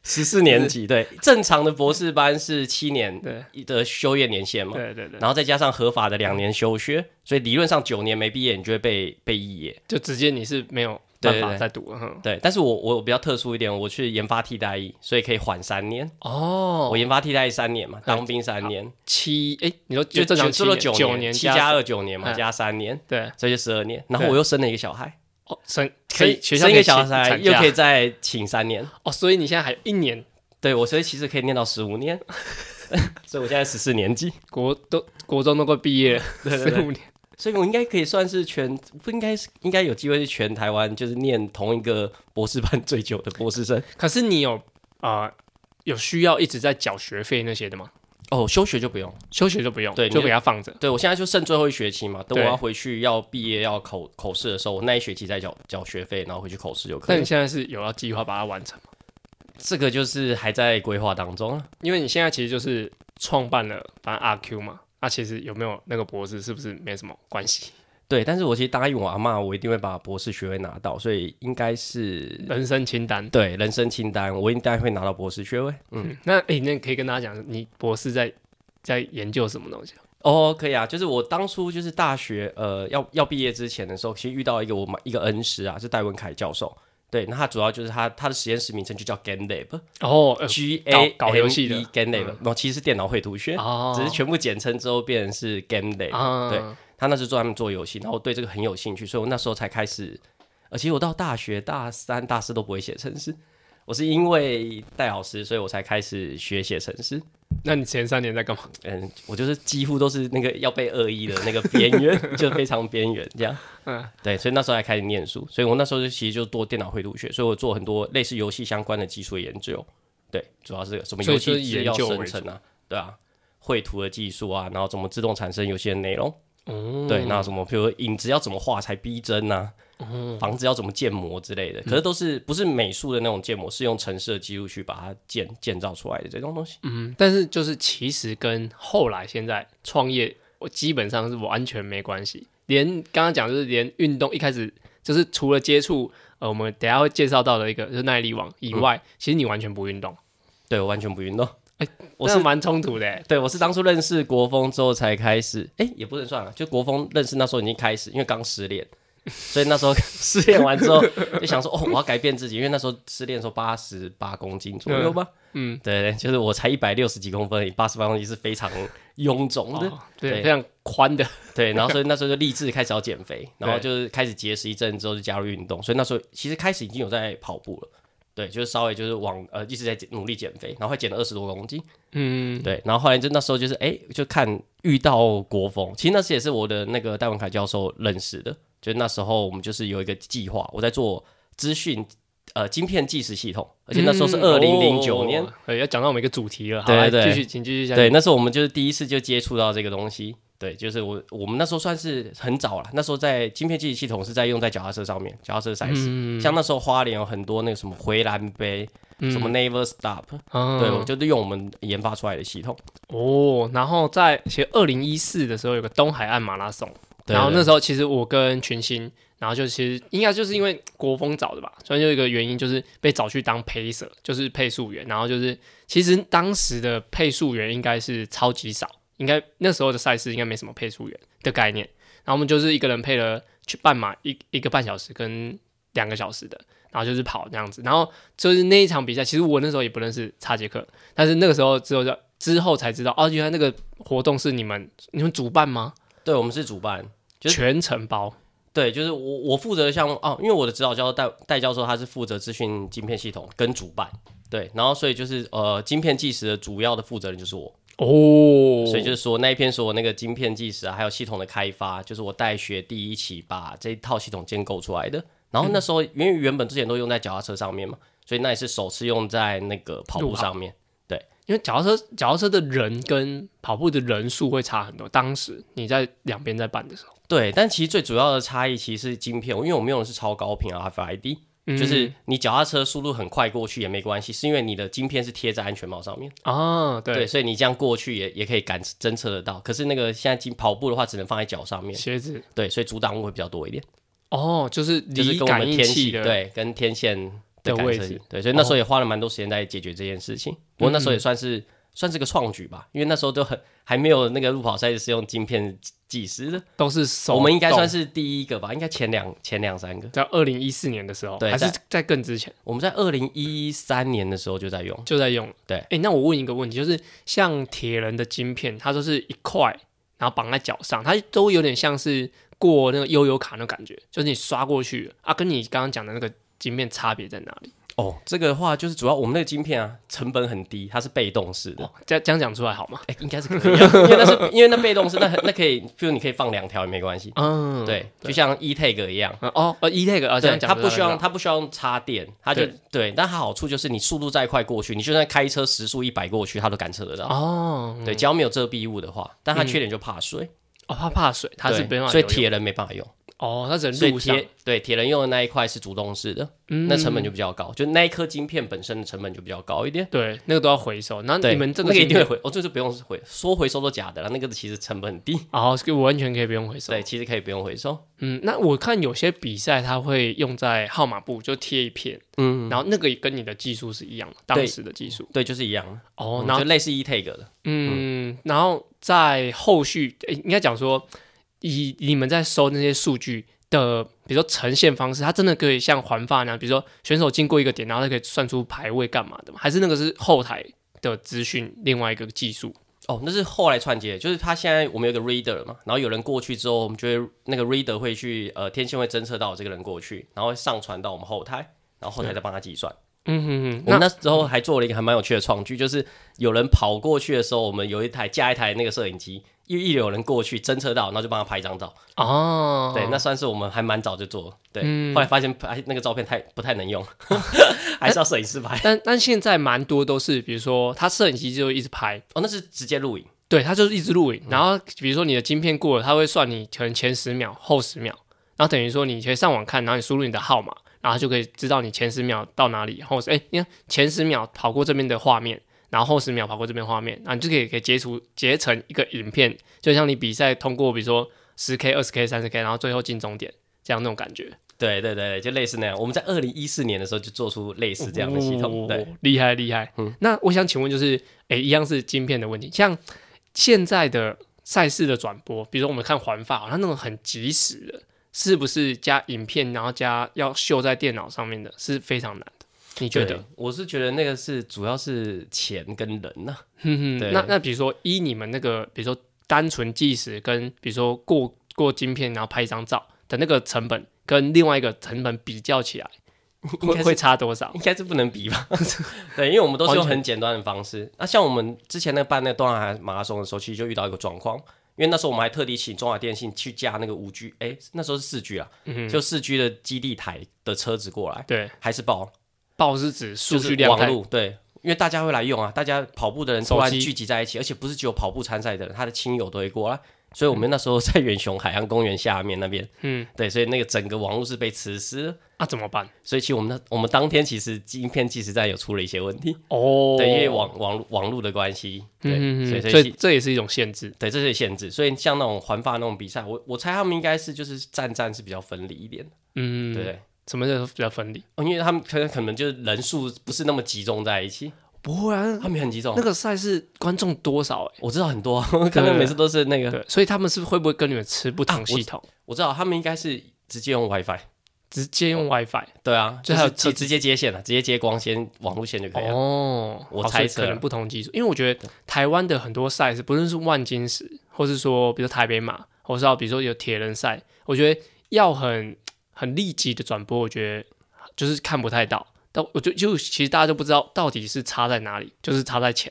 [SPEAKER 2] 十四年级，对，正常的博士班是七年
[SPEAKER 1] 对
[SPEAKER 2] 的修业年限嘛，
[SPEAKER 1] 对对对，
[SPEAKER 2] 然后再加上合法的两年休学，所以理论上九年没毕业，你就会被被肄业。
[SPEAKER 1] 就直接你是没有办
[SPEAKER 2] 对对
[SPEAKER 1] 法
[SPEAKER 2] 对
[SPEAKER 1] 再读了，哼
[SPEAKER 2] 对，但是我我比较特殊一点，我去研发替代役，所以可以缓三年。
[SPEAKER 1] 哦，
[SPEAKER 2] 我研发替代役三年嘛，当兵三年，
[SPEAKER 1] 七哎、你说就正常七
[SPEAKER 2] 做了
[SPEAKER 1] 年
[SPEAKER 2] 九
[SPEAKER 1] 年
[SPEAKER 2] 七加
[SPEAKER 1] 三
[SPEAKER 2] 二九年嘛，
[SPEAKER 1] 嗯
[SPEAKER 2] 加三年，
[SPEAKER 1] 对，
[SPEAKER 2] 所以就十二年。然后我又生了一个小孩，
[SPEAKER 1] 哦，生
[SPEAKER 2] 所
[SPEAKER 1] 可以学校
[SPEAKER 2] 生一
[SPEAKER 1] 可以
[SPEAKER 2] 个小
[SPEAKER 1] 请
[SPEAKER 2] 孩
[SPEAKER 1] 产
[SPEAKER 2] 又
[SPEAKER 1] 假
[SPEAKER 2] 可以再请三年。
[SPEAKER 1] 哦，所以你现在还有一年
[SPEAKER 2] 对我，所以其实可以念到十五年， 所以我现在十四年级，
[SPEAKER 1] 国都国中都快毕业了，
[SPEAKER 2] 对对
[SPEAKER 1] 十
[SPEAKER 2] 对，
[SPEAKER 1] 五年，
[SPEAKER 2] 所以我应该可以算是全，不应该是应该有机会是全台湾就是念同一个博士班最久的博士生。
[SPEAKER 1] 可是你有啊、呃有需要一直在缴学费那些的吗？
[SPEAKER 2] 哦，休学就不用。
[SPEAKER 1] 休学就不用，
[SPEAKER 2] 对
[SPEAKER 1] 就
[SPEAKER 2] 你
[SPEAKER 1] 给他放着。
[SPEAKER 2] 对我现在就剩最后一学期嘛，等
[SPEAKER 1] 对
[SPEAKER 2] 我要回去要毕业要口口试的时候，我那一学期再缴缴学费，然后回去口试就可
[SPEAKER 1] 但
[SPEAKER 2] 以
[SPEAKER 1] 你
[SPEAKER 2] 了。
[SPEAKER 1] 现在是有要计划把它完成吗，
[SPEAKER 2] 这个就是还在规划当中啊。
[SPEAKER 1] 因为你现在其实就是创办了反正 RQ 嘛，那、其实有没有那个博士是不是没什么关系？
[SPEAKER 2] 对，但是我其实答应我阿嬷，我一定会把博士学位拿到，所以应该是
[SPEAKER 1] 人生清单。
[SPEAKER 2] 对人生清单，我应该会拿到博士学位。嗯，
[SPEAKER 1] 嗯，那诶、那可以跟大家讲，你博士在在研究什么东西啊？
[SPEAKER 2] 哦，可以啊，就是我当初就是大学呃要要毕业之前的时候，其实遇到一个我蛮一个恩师啊，是戴文凯教授。对，那它主要就是它它的实验室名称就叫 Game Lab，G
[SPEAKER 1] 然后呃
[SPEAKER 2] A
[SPEAKER 1] 搞搞游戏的嗯
[SPEAKER 2] Game Lab，然后哦其实是电脑绘图学，
[SPEAKER 1] 哦
[SPEAKER 2] 只是全部简称之后变成是 Game Lab。
[SPEAKER 1] 啊，
[SPEAKER 2] 对，他那时候专门做游戏，然后我对这个很有兴趣，所以我那时候才开始。而且我到大学大三、大四都不会写程式，我是因为戴老师，所以我才开始学写程式。
[SPEAKER 1] 那你前三年在干嘛？
[SPEAKER 2] 嗯，我就是几乎都是那个要被恶意的那个边缘，就非常边缘这样。
[SPEAKER 1] 嗯
[SPEAKER 2] 嗯，对，所以那时候还开始念书，所以我那时候就其实就做电脑绘图学，所以我做很多类似游戏相关的技术研究。对，主要是这个什么
[SPEAKER 1] 所以
[SPEAKER 2] 游
[SPEAKER 1] 就是
[SPEAKER 2] 戏资
[SPEAKER 1] 研
[SPEAKER 2] 料
[SPEAKER 1] 究
[SPEAKER 2] 生
[SPEAKER 1] 为
[SPEAKER 2] 成啊，对啊，绘图的技术啊，然后怎么自动产生游戏的内容。
[SPEAKER 1] 哦，
[SPEAKER 2] 对，那什么，比如说影子要怎么画才逼真呐、
[SPEAKER 1] 嗯
[SPEAKER 2] 房子要怎么建模之类的，可是都是不是美术的那种建模，是用城市的技术去把它建建造出来的这种东西。
[SPEAKER 1] 嗯，但是就是其实跟后来现在创业，我基本上是完全没关系。连刚刚讲就是连运动一开始就是除了接触呃我们等一下会介绍到的一个就是耐力网以外，
[SPEAKER 2] 嗯
[SPEAKER 1] 其实你完全不运动，
[SPEAKER 2] 对我完全不运动， 我
[SPEAKER 1] 那
[SPEAKER 2] 是
[SPEAKER 1] 蛮冲突的欸。
[SPEAKER 2] 对我是当初认识国风之后才开始，哎、也不能算了，就国风认识那时候已经开始，因为刚失恋，所以那时候 失恋完之后就想说，哦，我要改变自己，因为那时候失恋的时候八十八公斤左右吧，
[SPEAKER 1] 嗯
[SPEAKER 2] 嗯，对对，就是我才一百六十几公分，八十八公斤是非常臃肿的，
[SPEAKER 1] 哦对，
[SPEAKER 2] 对
[SPEAKER 1] 非常宽的，
[SPEAKER 2] 对，然后所以那时候就立志开始要减肥，然后
[SPEAKER 1] 对
[SPEAKER 2] 就是开始节食一阵之后就加入运动，所以那时候其实开始已经有在跑步了，对，就是稍微就是往呃一直在减努力减肥，然后还减了二十多公斤，
[SPEAKER 1] 嗯，
[SPEAKER 2] 对，然后后来就那时候就是哎、就看遇到国风，其实那时也是我的那个戴文凯教授认识的，就那时候我们就是有一个计划，我在做资讯呃晶片计时系统，而且那时候是
[SPEAKER 1] 嗯
[SPEAKER 2] 二零零九
[SPEAKER 1] 哦
[SPEAKER 2] 年。
[SPEAKER 1] 对，要讲到我们一个主题了，好
[SPEAKER 2] 对
[SPEAKER 1] 来
[SPEAKER 2] 对
[SPEAKER 1] 继续，请继续下去。
[SPEAKER 2] 对，那时候我们就是第一次就接触到这个东西。对，就是我我们那时候算是很早了，那时候在晶片记忆系统是在用在脚踏车上面，脚踏车赛事。
[SPEAKER 1] 嗯，
[SPEAKER 2] 像那时候花莲有很多那个什么回蓝杯，
[SPEAKER 1] 嗯
[SPEAKER 2] 什么 Never Stop，、
[SPEAKER 1] 嗯
[SPEAKER 2] 对我就是用我们研发出来的系统。
[SPEAKER 1] 哦，然后在其实二零一四的时候有个东海岸马拉松，
[SPEAKER 2] 对
[SPEAKER 1] 然后那
[SPEAKER 2] 对
[SPEAKER 1] 时候其实我跟群星，然后就其实应该就是因为国风找的吧，所以就有一个原因就是被找去当配色，就是配速员，然后就是其实当时的配速员应该是超级少，应该那时候的赛事应该没什么配速员的概念，然后我们就是一个人配了去半马一一个半小时跟两个小时的。然后就是跑这样子，然后就是那一场比赛，其实我那时候也不认识查杰克，但是那个时候之后就之后才知道，哦，原来那个活动是你们你们主办吗？
[SPEAKER 2] 对我们是主办，就是
[SPEAKER 1] 全程包，
[SPEAKER 2] 对，就是我我负责的项目哦，因为我的指导教授戴戴教授他是负责资讯晶片系统跟主办，对，然后所以就是呃晶片计时的主要的负责人就是我。
[SPEAKER 1] 哦，
[SPEAKER 2] 所以就是说那一篇说那个晶片计时啊，还有系统的开发，就是我带学弟一起把这一套系统建构出来的。然
[SPEAKER 1] 嗯
[SPEAKER 2] 后那时候因为原本之前都用在脚踏车上面嘛，所以那也是首次用在那个跑
[SPEAKER 1] 路
[SPEAKER 2] 步
[SPEAKER 1] 跑
[SPEAKER 2] 上面。
[SPEAKER 1] 因为脚踏车脚踏车的人跟跑步的人数会差很多。当时你在两边在办的时候，
[SPEAKER 2] 对，但其实最主要的差异其实是晶片，因为我们用的是超高频 RFID，、就是
[SPEAKER 1] 嗯
[SPEAKER 2] 你脚踏车速度很快过去也没关系，是因为你的晶片是贴在安全帽上面，
[SPEAKER 1] 啊，
[SPEAKER 2] 对，
[SPEAKER 1] 对，
[SPEAKER 2] 所以你这样过去也也可以感侦测得到。可是那个现在晶跑步的话，只能放在脚上面，
[SPEAKER 1] 鞋子
[SPEAKER 2] 对，所以阻挡物会比较多一点。
[SPEAKER 1] 哦，就是
[SPEAKER 2] 就是
[SPEAKER 1] 离
[SPEAKER 2] 跟我
[SPEAKER 1] 感
[SPEAKER 2] 们
[SPEAKER 1] 应
[SPEAKER 2] 天
[SPEAKER 1] 器
[SPEAKER 2] 气
[SPEAKER 1] 的，
[SPEAKER 2] 对，跟天线
[SPEAKER 1] 的
[SPEAKER 2] 的感
[SPEAKER 1] 位
[SPEAKER 2] 测
[SPEAKER 1] 置哦
[SPEAKER 2] 器对，所以那时候也花了蛮多时间在解决这件事情。不过那时
[SPEAKER 1] 嗯
[SPEAKER 2] 候也算是算是个创举吧，因为那时候都很还没有那个路跑赛是用晶片计时的，
[SPEAKER 1] 都是手。
[SPEAKER 2] 我们应该算
[SPEAKER 1] 是
[SPEAKER 2] 是第一个吧，应该前两前两三个。
[SPEAKER 1] 在二零一四年的时候，
[SPEAKER 2] 对
[SPEAKER 1] 还是
[SPEAKER 2] 在
[SPEAKER 1] 在更之前
[SPEAKER 2] 我们在二零一三年的时候就在用，
[SPEAKER 1] 就在用。
[SPEAKER 2] 对
[SPEAKER 1] 哎，那我问一个问题，就是像铁人的晶片，它都是一块，然后绑在脚上，它都有点像是过那个悠游卡那种感觉，就是你刷过去啊，跟你刚刚讲的那个晶片差别在哪里？
[SPEAKER 2] 哦，这个的话就是主要我们那个晶片啊，成本很低，它是被动式的，
[SPEAKER 1] 哦，这样这样讲出来好吗？
[SPEAKER 2] 哎、应该是可以、啊，因为那是因为那被动式，那很那可以，譬如你可以放两条也没关系，
[SPEAKER 1] 嗯，
[SPEAKER 2] 对，就像 e tag 一样，
[SPEAKER 1] 嗯哦，呃，E tag 啊，这
[SPEAKER 2] 对，
[SPEAKER 1] 样讲
[SPEAKER 2] 它不需要，
[SPEAKER 1] 对
[SPEAKER 2] 它不需要插电，它就
[SPEAKER 1] 对
[SPEAKER 2] 对。但它好处就是你速度再快过去，你就算开车时速一百过去，它都感测得
[SPEAKER 1] 对
[SPEAKER 2] 到。
[SPEAKER 1] 哦，
[SPEAKER 2] 对，只要没有遮蔽物的话，但它缺点就怕水，
[SPEAKER 1] 哦，它怕水，嗯它是
[SPEAKER 2] 对
[SPEAKER 1] 没办法
[SPEAKER 2] 所
[SPEAKER 1] 游
[SPEAKER 2] 以
[SPEAKER 1] 泳，
[SPEAKER 2] 铁人没办法用，
[SPEAKER 1] 哦，它只
[SPEAKER 2] 所
[SPEAKER 1] 能
[SPEAKER 2] 以
[SPEAKER 1] 路上，
[SPEAKER 2] 铁对铁人用的那一块是主动式的，
[SPEAKER 1] 嗯
[SPEAKER 2] 那成本就比较高，就那一颗晶片本身的成本就比较高一点。
[SPEAKER 1] 对，那个都要回收。然后
[SPEAKER 2] 对，
[SPEAKER 1] 你们这
[SPEAKER 2] 那个一
[SPEAKER 1] 晶
[SPEAKER 2] 定会
[SPEAKER 1] 片，
[SPEAKER 2] 回，哦，就是不用回，说回收都假的了，那个其实成本很低，
[SPEAKER 1] 哦，这个完全可以不用回收。
[SPEAKER 2] 对，其实可以不用回收。
[SPEAKER 1] 嗯，那我看有些比赛它会用在号码布，就贴一片，
[SPEAKER 2] 嗯，
[SPEAKER 1] 然后那个也跟你的技术是一样的，当
[SPEAKER 2] 对
[SPEAKER 1] 时的技术。
[SPEAKER 2] 对，就是一样的，
[SPEAKER 1] 哦，
[SPEAKER 2] 嗯
[SPEAKER 1] 然后
[SPEAKER 2] 就类似 e tag 的，
[SPEAKER 1] 嗯，然后在后续，诶应该讲说，以你们在收那些数据的，比如说呈现方式，它真的可以像环法那样，比如说选手经过一个点，然后它可以算出排位干嘛的吗？还是那个是后台的资讯另外一个技术？
[SPEAKER 2] 哦，那是后来串接，就是他现在我们有个 reader 嘛，然后有人过去之后，我们就会那个 reader 会去呃天线会侦测到有这个人过去，然后会上传到我们后台，然后后台再帮他计算。
[SPEAKER 1] 嗯哼哼，
[SPEAKER 2] 我
[SPEAKER 1] 那
[SPEAKER 2] 们那时候还做了一个还蛮有趣的创举，就是有人跑过去的时候，我们有一台架一台那个摄影机，一一有人过去侦测到，然后就帮他拍一张照。
[SPEAKER 1] 哦，
[SPEAKER 2] 对，那算是我们还蛮早就做了，对。
[SPEAKER 1] 嗯
[SPEAKER 2] 后来发现拍那个照片太不太 能用，还是要摄影师拍。
[SPEAKER 1] 但但现在蛮多都是，比如说他摄影机就一直拍，
[SPEAKER 2] 哦，那是直接录影。
[SPEAKER 1] 对，他就是一直录影，然后比如说你的晶片过了，他会算你可能前十秒、后十秒，然后等于说你可以上网看，然后你输入你的号码，然后就可以知道你前十秒到哪里，后哎，你看前十秒跑过这边的画面，然后后十秒跑过这边画面，然后你就可以可以截图截成一个影片，就像你比赛通过比如说十 K、二十 K、三十 K，然后最后进终点这样那种感觉，
[SPEAKER 2] 对对对，就类似那样。我们在二零一四年的时候就做出类似这样的系统。
[SPEAKER 1] 哦
[SPEAKER 2] 对，，嗯
[SPEAKER 1] 厉害厉害。那我想请问，就是诶，一样是晶片的问题，像现在的赛事的转播，比如说我们看环法，它那种很及时的，是不是加影片，然后加要秀在电脑上面的，是非常难的。你觉
[SPEAKER 2] 对
[SPEAKER 1] 得？，
[SPEAKER 2] 我是觉得那个是主要是钱跟人呐、
[SPEAKER 1] 哼嗯哼
[SPEAKER 2] 对
[SPEAKER 1] 那那比如说，依你们那个，比如说单纯计时跟比如说过过晶片，然后拍一张照的那个成本，跟另外一个成本比较起来，
[SPEAKER 2] 应
[SPEAKER 1] 会
[SPEAKER 2] 该是
[SPEAKER 1] 会差多少？
[SPEAKER 2] 应该是不能 比吧？对，因为我们都
[SPEAKER 1] 哦
[SPEAKER 2] 是用很简单的方式。那像我们之前那个办那个东海马拉松的时候，其实就遇到一个状况，因为那时候我们还特地请中华电信去架那个五 G，哎，那时候是四 G 啊，
[SPEAKER 1] 嗯
[SPEAKER 2] 就四 G 的基地台的车子过来，
[SPEAKER 1] 对，
[SPEAKER 2] 还是爆，
[SPEAKER 1] 报是指数
[SPEAKER 2] 就是
[SPEAKER 1] 据量
[SPEAKER 2] 网
[SPEAKER 1] 太
[SPEAKER 2] 路对。因为大家会来用啊，大家跑步的人
[SPEAKER 1] 手
[SPEAKER 2] 突然
[SPEAKER 1] 机
[SPEAKER 2] 聚集在一起，而且不是只有跑步参赛的人，他的亲友都会过来，所以我们那时候在远雄海洋公园下面那边，
[SPEAKER 1] 嗯，
[SPEAKER 2] 对，所以那个整个网络是被吃湿的，
[SPEAKER 1] 那、怎么办？
[SPEAKER 2] 所以其实我们那我们当天其实晶片计时站有出了一些问题，
[SPEAKER 1] 哦
[SPEAKER 2] 对，因为网网网络的关系，对，
[SPEAKER 1] 嗯
[SPEAKER 2] 所以
[SPEAKER 1] 嗯嗯
[SPEAKER 2] 所
[SPEAKER 1] 所
[SPEAKER 2] 以
[SPEAKER 1] 以这也是一种限制。
[SPEAKER 2] 对这些限制，所以像那种环法那种比赛，我我猜他们应该是就是站站是比较分离一点的，
[SPEAKER 1] 嗯，
[SPEAKER 2] 对不，对？
[SPEAKER 1] 什么叫比较分离？
[SPEAKER 2] 哦，因为他们可能可能就是人数不是那么集中在一起，
[SPEAKER 1] 不会啊，
[SPEAKER 2] 他们很集中
[SPEAKER 1] 那，个赛事观众多少哎、
[SPEAKER 2] 我知道很 多，我可能每次都是那个，
[SPEAKER 1] 对，所以他们是会不会跟你们吃不同系统，
[SPEAKER 2] 我知道他们应该是直接用 WiFi，
[SPEAKER 1] 直接用 WiFi？
[SPEAKER 2] 对啊，
[SPEAKER 1] 就
[SPEAKER 2] 就
[SPEAKER 1] 还有
[SPEAKER 2] 是直直接接线了，啊直接接光纤网络线就可以了，
[SPEAKER 1] 哦，
[SPEAKER 2] 我
[SPEAKER 1] 好
[SPEAKER 2] 猜
[SPEAKER 1] 所
[SPEAKER 2] 测
[SPEAKER 1] 以
[SPEAKER 2] 啊
[SPEAKER 1] 可能不同技术，因为我觉得台湾的很多赛事，不论是万金石，或是说比如台北马，或是到比如说有铁人赛，我觉得要很很立即的转播，我觉得就是看不太到。但我就就其实大家都不知道到底是差在哪里，就是差在钱。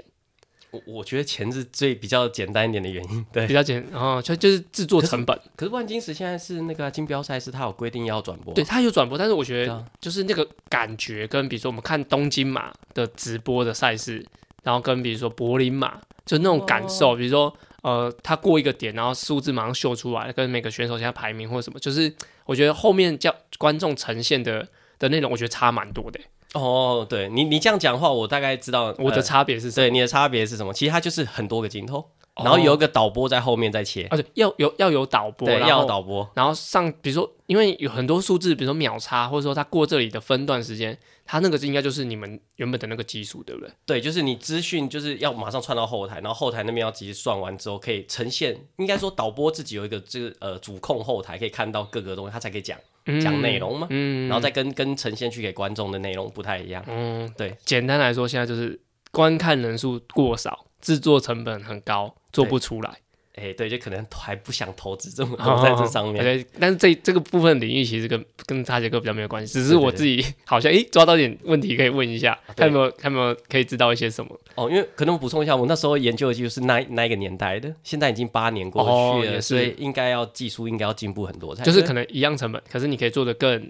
[SPEAKER 2] 我我觉得钱是最比较简单一点的原因，对
[SPEAKER 1] 比。较简，哦，就就是制作成本，
[SPEAKER 2] 可是万金石现在是那个啊金标赛事，它有规定要转播，
[SPEAKER 1] 对，它有转播，但是我觉
[SPEAKER 2] 对
[SPEAKER 1] 得
[SPEAKER 2] 啊
[SPEAKER 1] 就是那个感觉，跟比如说我们看东京马的直播的赛事，然后跟比如说柏林马，就那种感受，比如说呃，它过一个点，然后数字马上秀出来，跟每个选手现在排名或者什么，就是我觉得后面叫观众呈现的的内容，我觉得差蛮多的，欸
[SPEAKER 2] 哦，对你你这样讲话，我大概知道
[SPEAKER 1] 我的
[SPEAKER 2] 呃
[SPEAKER 1] 差别是什么？
[SPEAKER 2] 对你的差别是什么。其实它就是很多个镜头，
[SPEAKER 1] 哦
[SPEAKER 2] 然后有一个导播在后面在切，
[SPEAKER 1] 而且要有要有导播，
[SPEAKER 2] 对，
[SPEAKER 1] 然后
[SPEAKER 2] 要有导播，
[SPEAKER 1] 然后上，比如说，因为有很多数字，比如说秒差，或者说它过这里的分段时间，它那个应该就是你们原本的那个基数，对不对？
[SPEAKER 2] 对，就是你资讯就是要马上串到后台，然后后台那边要直接算完之后可以呈现，应该说导播自己有一个这个呃主控后台可以看到各个东西，他才可以讲讲内容嘛，
[SPEAKER 1] 嗯，
[SPEAKER 2] 然后再跟跟呈现去给观众的内容不太一样。
[SPEAKER 1] 嗯，
[SPEAKER 2] 对，
[SPEAKER 1] 简单来说，现在就是观看人数过少，制作成本很高，做不出来。
[SPEAKER 2] 哎，对，就可能还不想投资这么
[SPEAKER 1] 哦
[SPEAKER 2] 多在这上面。
[SPEAKER 1] 对，但是这这个部分领域其实跟跟大杰哥比较没有关系，只是
[SPEAKER 2] 对对
[SPEAKER 1] 我
[SPEAKER 2] 对
[SPEAKER 1] 自己好像诶抓到点问题可以问一下，
[SPEAKER 2] 对
[SPEAKER 1] 看有没有看有没有可以知道一些什么。
[SPEAKER 2] 哦，因为可能我补充一下，我那时候研究的就是那那一个年代的，现在已经八年过去
[SPEAKER 1] 哦
[SPEAKER 2] 了，
[SPEAKER 1] 也是
[SPEAKER 2] 所以应该要技术应该要进步很多才
[SPEAKER 1] 就是
[SPEAKER 2] 对
[SPEAKER 1] 可能一样成本，可是你可以做的更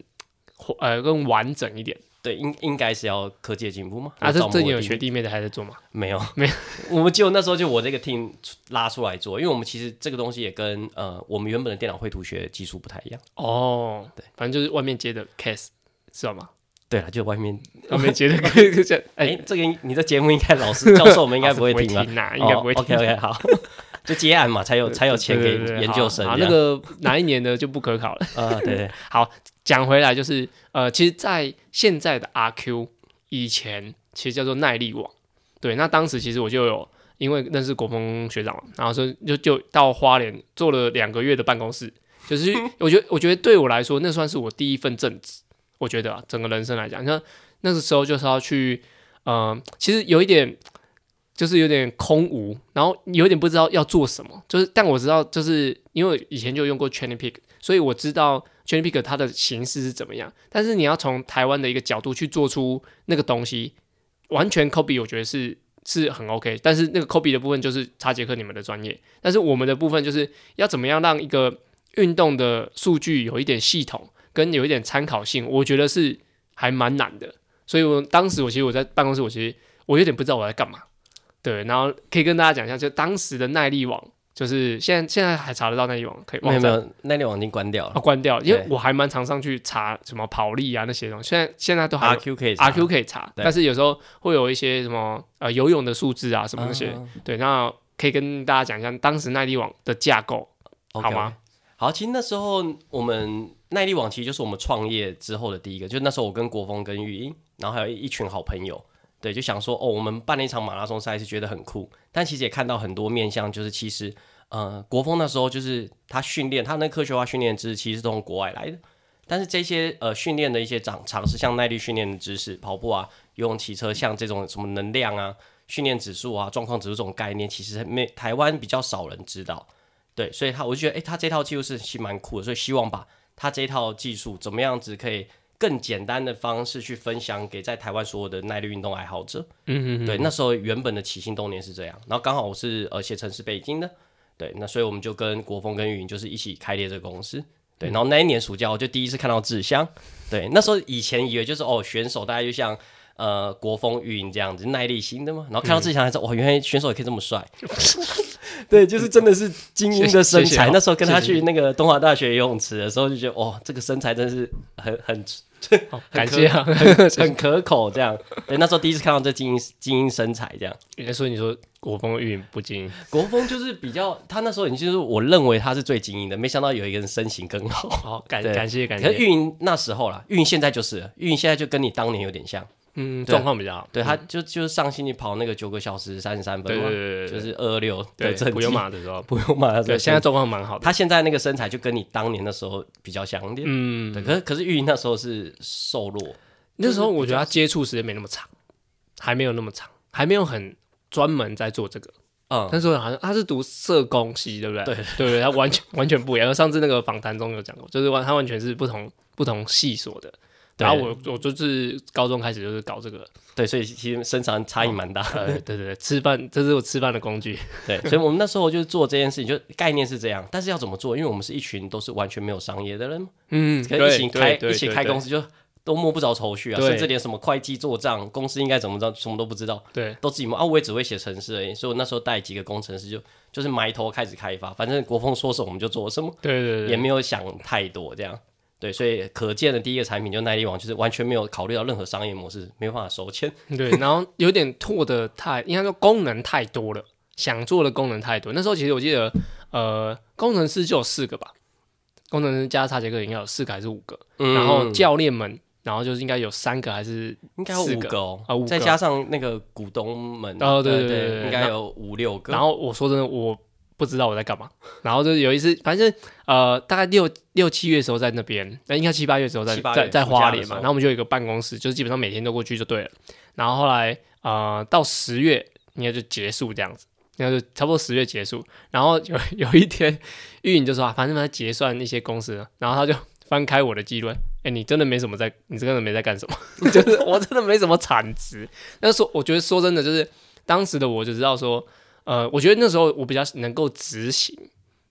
[SPEAKER 1] 呃更完整一点。
[SPEAKER 2] 对应应该是要科技的进步嘛。
[SPEAKER 1] 啊，这
[SPEAKER 2] 我
[SPEAKER 1] 这
[SPEAKER 2] 照
[SPEAKER 1] 你
[SPEAKER 2] 摸
[SPEAKER 1] 有
[SPEAKER 2] 地
[SPEAKER 1] 学弟妹的还在做吗？
[SPEAKER 2] 没有
[SPEAKER 1] 没
[SPEAKER 2] 有？ 我们就那时候就我这个 team 出拉出来做，因为我们其实这个东西也跟呃我们原本的电脑绘图学技术不太一样。
[SPEAKER 1] 哦，对，反正就是外面接的 case 知道吗？
[SPEAKER 2] 对了，就外面
[SPEAKER 1] 外面 接的 case 就
[SPEAKER 2] 哦哎、
[SPEAKER 1] 哎，
[SPEAKER 2] 这个你的节目应该老师教授我们应该不会听吧？哦
[SPEAKER 1] 啦，应该不会听。
[SPEAKER 2] OK OK 好， 就接案嘛，才有才有钱
[SPEAKER 1] 对
[SPEAKER 2] 给
[SPEAKER 1] 对对
[SPEAKER 2] 研究生
[SPEAKER 1] 好，好
[SPEAKER 2] 这
[SPEAKER 1] 那
[SPEAKER 2] 样。
[SPEAKER 1] 个哪一年的就不可考了。
[SPEAKER 2] 啊，对对
[SPEAKER 1] 好，讲回来就是，呃，其实，在现在的 RQ 以前其实叫做耐力网，对，那当时其实我就有因为认识国风学长嘛，然后说就就到花莲做了两个月的办公室，就是我觉得，我觉得对我来说，那算是我第一份正职。我觉得啊，整个人生来讲，那那个时候就是要去，呃，其实有一点就是有点空无，然后有点不知道要做什么。就是，但我知道，就是因为以前就用过 Training Pick，所以我知道 Training Pick 它的形式是怎么样。但是你要从台湾的一个角度去做出那个东西，完全 copy，我觉得是是很 OK。但是那个 copy 的部分就是查杰克你们的专业，但是我们的部分就是要怎么样让一个运动的数据有一点系统跟有一点参考性，我觉得是还蛮难的。所以我当时我其实我在办公室，我其实我有点不知道我在干嘛。对，然后可以跟大家讲一下，就当时的耐力网，就是现在现在还查得到耐力网，可以
[SPEAKER 2] 没有
[SPEAKER 1] 网
[SPEAKER 2] 没
[SPEAKER 1] 站
[SPEAKER 2] 有，那天网已经关掉
[SPEAKER 1] 啊
[SPEAKER 2] 了。
[SPEAKER 1] 关掉，因为
[SPEAKER 2] 对
[SPEAKER 1] 我还蛮常上去查什么跑力啊那些东西，现在现在都还有
[SPEAKER 2] RQ 可以查
[SPEAKER 1] RQ 可以查，
[SPEAKER 2] 对
[SPEAKER 1] 但是有时候会有一些什么呃游泳的数字啊什么那些，
[SPEAKER 2] 啊
[SPEAKER 1] 对，那可以跟大家讲一下当时耐力网的架构。
[SPEAKER 2] OK，
[SPEAKER 1] 好吗
[SPEAKER 2] OK？好，其实那时候我们耐力网其实就是我们创业之后的第一个，就是那时候我跟国风跟玉英，然后还有一群好朋友，对，就想说哦，我们办了一场马拉松赛事，觉得很酷，但其实也看到很多面向，就是其实呃，国风那时候就是他训练，他那科学化训练知识其实是从国外来的。但是这些呃训练的一些尝尝试，像耐力训练的知识、跑步啊、游泳、骑车，像这种什么能量啊、训练指数啊、状况指数这种概念，其实没台湾比较少人知道。对，所以他我就觉得，哎，他这套技术是其实蛮酷的，所以希望把他这套技术怎么样子可以更简单的方式去分享给在台湾所有的耐力运动爱好者。
[SPEAKER 1] 嗯嗯
[SPEAKER 2] 对，那时候原本的起心动念是这样，然后刚好我是呃写城市北京的，对，那所以我们就跟国风跟云就是一起开列这个公司。
[SPEAKER 1] 嗯
[SPEAKER 2] 对，然后那一年暑假我就第一次看到志香，对，那时候以前以为就是哦选手大概就像呃国风云这样子耐力型的嘛，然后
[SPEAKER 1] 嗯
[SPEAKER 2] 看到志祥还是哇哦原来选手也可以这 么帅，对，就是真的是精英的身
[SPEAKER 1] 谢谢谢谢
[SPEAKER 2] 材。那时候跟他
[SPEAKER 1] 谢谢
[SPEAKER 2] 去那个东华大学游泳池的时候就觉得哇这个身材真是很 很
[SPEAKER 1] 好，
[SPEAKER 2] 很
[SPEAKER 1] 感
[SPEAKER 2] 可
[SPEAKER 1] 谢啊。
[SPEAKER 2] 很可口这样，对，那时候第一次看到这精英精英身材这样。
[SPEAKER 1] 哎所以你说国风运不精，
[SPEAKER 2] 国风就是比较，他那时候已经就是我认为他是最精英的，没想到有一个人身形更好。
[SPEAKER 1] 好感
[SPEAKER 2] 对
[SPEAKER 1] 感谢感嗯
[SPEAKER 2] 可是
[SPEAKER 1] 谢，
[SPEAKER 2] 运营那时候啦，运营现在就是了运营现在就跟你当年有点像，
[SPEAKER 1] 嗯，
[SPEAKER 2] 对
[SPEAKER 1] 状况比较好，
[SPEAKER 2] 对，他就就是上星期跑那个九个小时三十三分
[SPEAKER 1] 嗯对
[SPEAKER 2] 嘛
[SPEAKER 1] 对，对对
[SPEAKER 2] 就
[SPEAKER 1] 对
[SPEAKER 2] 是二六
[SPEAKER 1] 对，
[SPEAKER 2] 的成绩，
[SPEAKER 1] 不用马的时候，
[SPEAKER 2] 不用马，
[SPEAKER 1] 对，现在状况蛮好的，
[SPEAKER 2] 他现在那个身材就跟你当年那时候比较像一点，
[SPEAKER 1] 嗯，
[SPEAKER 2] 对，可是可是运营那时候是瘦弱，
[SPEAKER 1] 那时候我觉得他接触时间没那么长，还没有那么长，还没有很专门在做这个。
[SPEAKER 2] 嗯，
[SPEAKER 1] 那时候好像他是读社工系，对不对？对对对，他完全完全不一样。上次那个访谈中有讲过，就是完他完全是不同不同系所的。
[SPEAKER 2] 对
[SPEAKER 1] 然后我我就是高中开始就是搞这 个，
[SPEAKER 2] 对，所以其实身材差异蛮大的
[SPEAKER 1] 呃，对对对，吃饭这是我吃饭的工具，
[SPEAKER 2] 对，所以我们那时候就是做这件事情，就概念是这样，但是要怎么做？因为我们是一群都是完全没有商业的人嘛，
[SPEAKER 1] 嗯，
[SPEAKER 2] 可
[SPEAKER 1] 对
[SPEAKER 2] 能一起开一起开公，司就都摸不着头绪啊，
[SPEAKER 1] 对
[SPEAKER 2] 甚至连什么会计做账、公司应该怎么着，什么都不知道，
[SPEAKER 1] 对对对
[SPEAKER 2] 都自己摸啊。我也只会写程式而已，所以我那时候带几个工程师就就是埋头开始开发，反正国风说什么我们就做什么，
[SPEAKER 1] 对对对
[SPEAKER 2] 也没有想太多这样。对，所以可见的第一个产品就耐力网，就是完全没有考虑到任何商业模式，没办法收钱。
[SPEAKER 1] 对，然后有点拓的太，应该说功能太多了，想做的功能太多。那时候其实我记得，呃，工程师就有四个吧，工程师加查杰克应该有四个还是五个，
[SPEAKER 2] 嗯
[SPEAKER 1] 然后教练们，然后就是应该有三个还是
[SPEAKER 2] 应该有
[SPEAKER 1] 四
[SPEAKER 2] 五
[SPEAKER 1] 个
[SPEAKER 2] 个哦，
[SPEAKER 1] 啊五个
[SPEAKER 2] 再加上那个股东们，
[SPEAKER 1] 哦对
[SPEAKER 2] 对
[SPEAKER 1] 对对对
[SPEAKER 2] 应该有五六个。
[SPEAKER 1] 然后我说真的，我不知道我在干嘛。然后就是有一次，反正呃，大概六六七月的时候在那边，呃那应该七八月的时候在
[SPEAKER 2] 七八
[SPEAKER 1] 在
[SPEAKER 2] 月
[SPEAKER 1] 在
[SPEAKER 2] 暑假的
[SPEAKER 1] 花莲
[SPEAKER 2] 时
[SPEAKER 1] 嘛。
[SPEAKER 2] 候
[SPEAKER 1] 然后我们就有一个办公室，就是基本上每天都过去就对了。然后后来呃，到十月应该就结束这样子。然后就差不多十月结束，然后有 有一天，玉颖就说啊，反正他结算一些公司了，然后他就翻开我的记录，哎、你真的没什么在，你真的没在干什么， 就是我真的没什么产值。那时候我觉得说真的，就是当时的我就知道说，呃，我觉得那时候我比较能够执行，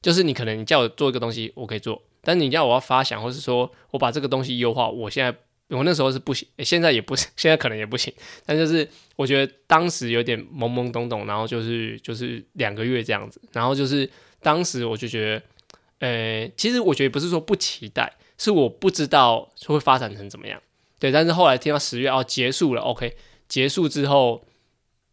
[SPEAKER 1] 就是你可能你叫我做一个东西，我可以做，但你要我要发想，或是说我把这个东西优化，我现在我那时候是不行， 诶现在也不是，现在可能也不行，但就是我觉得当时有点懵懵懂懂，然后就是就是两个月这样子，然后就是当时我就觉得，呃，其实我觉得不是说不期待，是我不知道会发展成怎么样，对，但是后来听到十月哦结束了，OK，结束之后，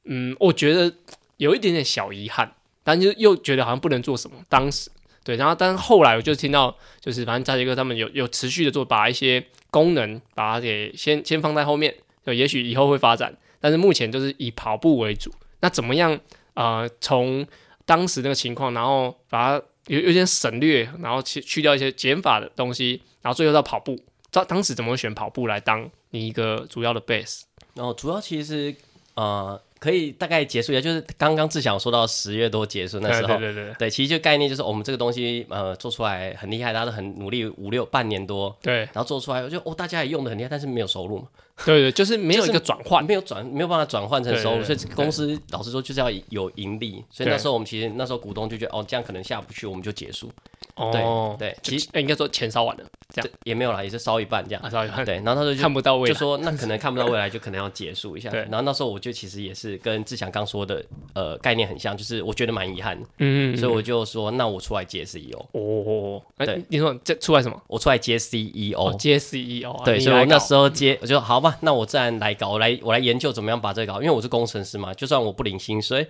[SPEAKER 1] 嗯，我觉得有一点点小遗憾，但就又觉得好像不能做什么。当时对，然后但后来我就听到，就是反正扎杰哥他们有有持续的做，把一些功能把它给先先放在后面，就也许以后会发展，但是目前就是以跑步为主。那怎么样？呃，从当时那个情况，然后把它有有点省略，然后去去掉一些减法的东西，然后最后到跑步。当当时怎么会选跑步来当你一个主要的 base？
[SPEAKER 2] 然后主要其实呃，可以大概结束一下，就是刚刚志祥说到十月多结束那时
[SPEAKER 1] 对
[SPEAKER 2] 候，
[SPEAKER 1] 对哎对
[SPEAKER 2] 对，其实就概念就是、哦我们这个东西呃做出来很厉害，大家都很努力五六半年多，
[SPEAKER 1] 对
[SPEAKER 2] 然后做出来就哦大家也用的很厉害，但是没有收入嘛，
[SPEAKER 1] 对对，就是没有一个转换。
[SPEAKER 2] 没有转没有办法转换成收入，
[SPEAKER 1] 对
[SPEAKER 2] 所
[SPEAKER 1] 对
[SPEAKER 2] 以公司老实说就是要有盈利，所以
[SPEAKER 1] 对
[SPEAKER 2] 那时候我们其实那时候股东就觉得哦这样可能下不去，我们就结束，
[SPEAKER 1] 哦，
[SPEAKER 2] 对，
[SPEAKER 1] 就
[SPEAKER 2] 其实
[SPEAKER 1] 哎应该说钱烧完了，这样
[SPEAKER 2] 对也没有啦，也是烧一半这样，
[SPEAKER 1] 啊，烧完
[SPEAKER 2] 对，然后他 说就
[SPEAKER 1] 看不到未
[SPEAKER 2] 就
[SPEAKER 1] 来。
[SPEAKER 2] 说那可能看不到未来，就可能要结束一下。
[SPEAKER 1] 啊 对
[SPEAKER 2] 然后那时候我就其实也是跟志强刚说的呃概念很像，就是我觉得蛮遗憾的，
[SPEAKER 1] 嗯，嗯嗯
[SPEAKER 2] 所以我就说那我出来接 CEO，
[SPEAKER 1] 哦，哎
[SPEAKER 2] 对，
[SPEAKER 1] 你说这出来什么？
[SPEAKER 2] 我出来
[SPEAKER 1] 哦
[SPEAKER 2] 接 CEO。
[SPEAKER 1] 接 CEO 啊。
[SPEAKER 2] 对，
[SPEAKER 1] 你
[SPEAKER 2] 所以我
[SPEAKER 1] 来搞
[SPEAKER 2] 那时候接，我就好吧，那我自然来搞，我来我来研究怎么样把这个搞，因为我是工程师嘛，就算我不领薪水，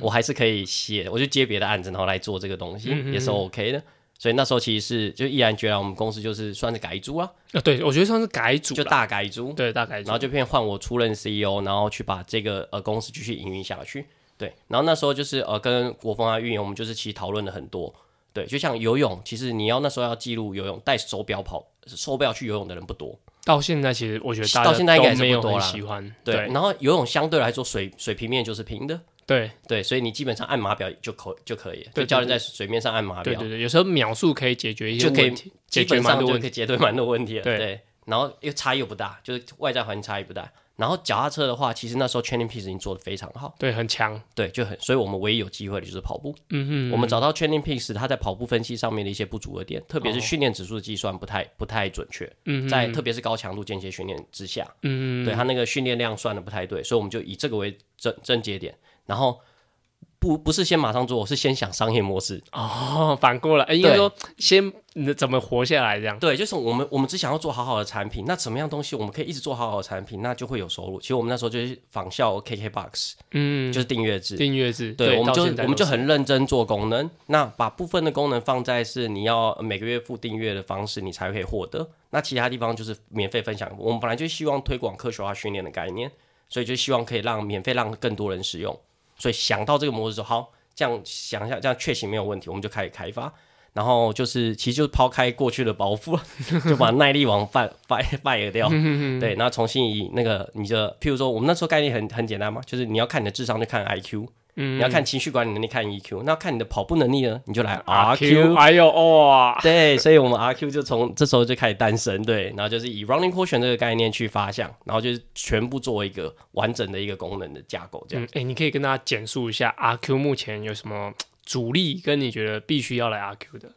[SPEAKER 2] 我还是可以写，我就接别的案子，然后来做这个东西，
[SPEAKER 1] 嗯
[SPEAKER 2] 也是 OK 的。所以那时候其实是就毅然决然，我们公司就是算是改组啊，
[SPEAKER 1] 啊，对我觉得算是改组
[SPEAKER 2] 就
[SPEAKER 1] 啦，
[SPEAKER 2] 大改组，
[SPEAKER 1] 对大改组，
[SPEAKER 2] 然后就变换我出任 CEO，然后去把这个呃公司继续营运下去。对，然后那时候就是呃跟国风啊运营，我们就是其实讨论了很多。对，就像游泳，其实你要那时候要记录游泳，戴手表跑手表去游泳的人不多。
[SPEAKER 1] 到现在其实我觉得大
[SPEAKER 2] 到
[SPEAKER 1] 家
[SPEAKER 2] 现在应该
[SPEAKER 1] 都
[SPEAKER 2] 还是
[SPEAKER 1] 没
[SPEAKER 2] 不
[SPEAKER 1] 有
[SPEAKER 2] 多
[SPEAKER 1] 很
[SPEAKER 2] 啦
[SPEAKER 1] 喜欢，
[SPEAKER 2] 对，
[SPEAKER 1] 对
[SPEAKER 2] 然后游泳相对来说水水平面就是平的，
[SPEAKER 1] 对
[SPEAKER 2] 对，所以你基本上按码表就可就可以了，
[SPEAKER 1] 对
[SPEAKER 2] 就教练在水面上按码
[SPEAKER 1] 对
[SPEAKER 2] 表，
[SPEAKER 1] 对对，有时候秒数可以解决一些
[SPEAKER 2] 就可以
[SPEAKER 1] 问题，
[SPEAKER 2] 基
[SPEAKER 1] 解决
[SPEAKER 2] 本
[SPEAKER 1] 蛮
[SPEAKER 2] 上
[SPEAKER 1] 多
[SPEAKER 2] 就
[SPEAKER 1] 问题，
[SPEAKER 2] 可以解对蛮多问题了。
[SPEAKER 1] 对
[SPEAKER 2] 对，然后又差异又不大，就是外在环境差异不大。然后脚踏车的话，其实那时候 training piece 已经做得非常好，
[SPEAKER 1] 对，很强，
[SPEAKER 2] 对，就很，所以我们唯一有机会的就是跑步。
[SPEAKER 1] 嗯
[SPEAKER 2] 我们找到 training piece 它在跑步分析上面的一些不足的点，特别是
[SPEAKER 1] 哦
[SPEAKER 2] 训练指数的计算不太不太准确，
[SPEAKER 1] 嗯
[SPEAKER 2] 在特别是高强度间歇训练之下，
[SPEAKER 1] 嗯
[SPEAKER 2] 对它那个训练量算的不太对，所以我们就以这个为症症结点，然后。不不是先马上做，是先想商业模式。
[SPEAKER 1] 哦，反过来，哎应该
[SPEAKER 2] 对
[SPEAKER 1] 说先你怎么活下来这样，
[SPEAKER 2] 对，就是我们我们只想要做好好的产品，那怎么样东西我们可以一直做好好的产品，那就会有收入。其实我们那时候就是仿效 KKBox，、
[SPEAKER 1] 嗯，
[SPEAKER 2] 就是订阅制，
[SPEAKER 1] 订阅制，
[SPEAKER 2] 对，我们
[SPEAKER 1] 到
[SPEAKER 2] 就
[SPEAKER 1] 现在
[SPEAKER 2] 我们
[SPEAKER 1] 都
[SPEAKER 2] 就是很认真做功能，那把部分的功能放在是你要每个月付订阅的方式，你才可以获得。那其他地方就是免费分享。我们本来就希望推广科学化训练的概念，所以就希望可以让免费让更多人使用。所以想到这个模式之后，好，这样想一下，这样确实没有问题，我们就开始开发。然后就是，其实就抛开过去的包袱， 就把耐力王败败败了掉，对，然后重新以那个你的，譬如说，我们那时候概念很很简单嘛，就是你要看你的智商，就看 IQ，
[SPEAKER 1] 嗯
[SPEAKER 2] 你要看情绪管理能力，看 EQ，那看你的跑步能力呢，你就来
[SPEAKER 1] RQ，
[SPEAKER 2] RQ。
[SPEAKER 1] 哎呦哇，
[SPEAKER 2] 对，所以我们 RQ 就从这时候就开始诞生，对，然后就是以 running quotient 这个概念去发想，然后就是全部作为一个完整的一个功能的架构，这样。
[SPEAKER 1] 嗯，哎，你可以跟大家简述一下 RQ 目前有什么主力，跟你觉得必须要来 RQ 的，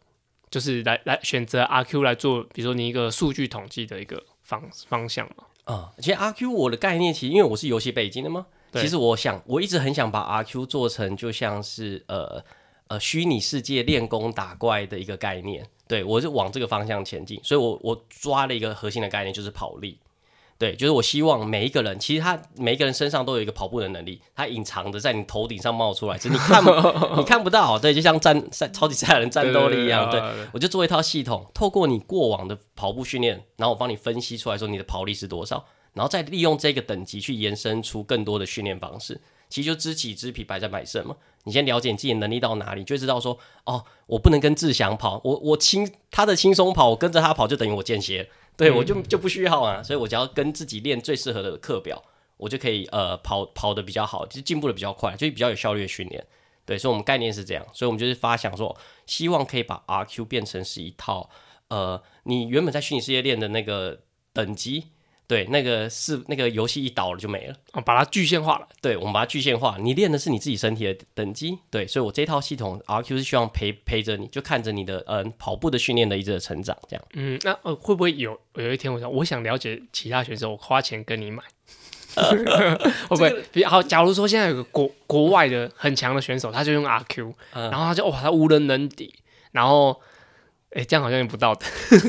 [SPEAKER 1] 就是来来选择 RQ 来做，比如说你一个数据统计的一个方方向嘛，
[SPEAKER 2] 啊、其实 RQ 我的概念，其实因为我是游戏背景的嘛，
[SPEAKER 1] 对
[SPEAKER 2] 其实我想我一直很想把 RQ 做成就像是呃呃虚拟世界练功打怪的一个概念，对我是往这个方向前进，所以我我抓了一个核心的概念就是跑力。对，就是我希望每一个人，其实他每一个人身上都有一个跑步的能力，他隐藏的在你头顶上冒出来，只是你看不你看不到。对，就像战赛超级赛亚人战斗力一样，对，
[SPEAKER 1] 对
[SPEAKER 2] 我就做一套系统，透过你过往的跑步训练，然后我帮你分析出来说你的跑力是多少，然后再利用这个等级去延伸出更多的训练方式。其实就知己知彼，百战百胜嘛。你先了解你自己的能力到哪里，就会知道说，哦，我不能跟志祥跑，我我轻他的轻松跑，我跟着他跑就等于我间歇，对、我就就不需要啊。所以我只要跟自己练最适合的课表，我就可以呃跑跑的比较好，就进步的比较快，就比较有效率的训练。对，所以我们概念是这样，所以我们就是发想说，希望可以把 RQ 变成是一套呃，你原本在虚拟世界练的那个等级，对，那个是那个游戏一倒了就没了。
[SPEAKER 1] 哦，把它具象化了，
[SPEAKER 2] 对，我们把它具现化，你练的是你自己身体的等级，对，所以我这套系统 RQ 是希望陪陪着你，就看着你的嗯、呃跑步的训练的一直的成长，这样
[SPEAKER 1] 嗯，那呃会不会有有一天我想我想了解其他选手，我花钱跟你 买，会不会？比好，假如说现在有个国国外的很强的选手，他就用 RQ，、
[SPEAKER 2] 嗯
[SPEAKER 1] 然后他就哇，他无人能敌，然后哎，这样好像也不道德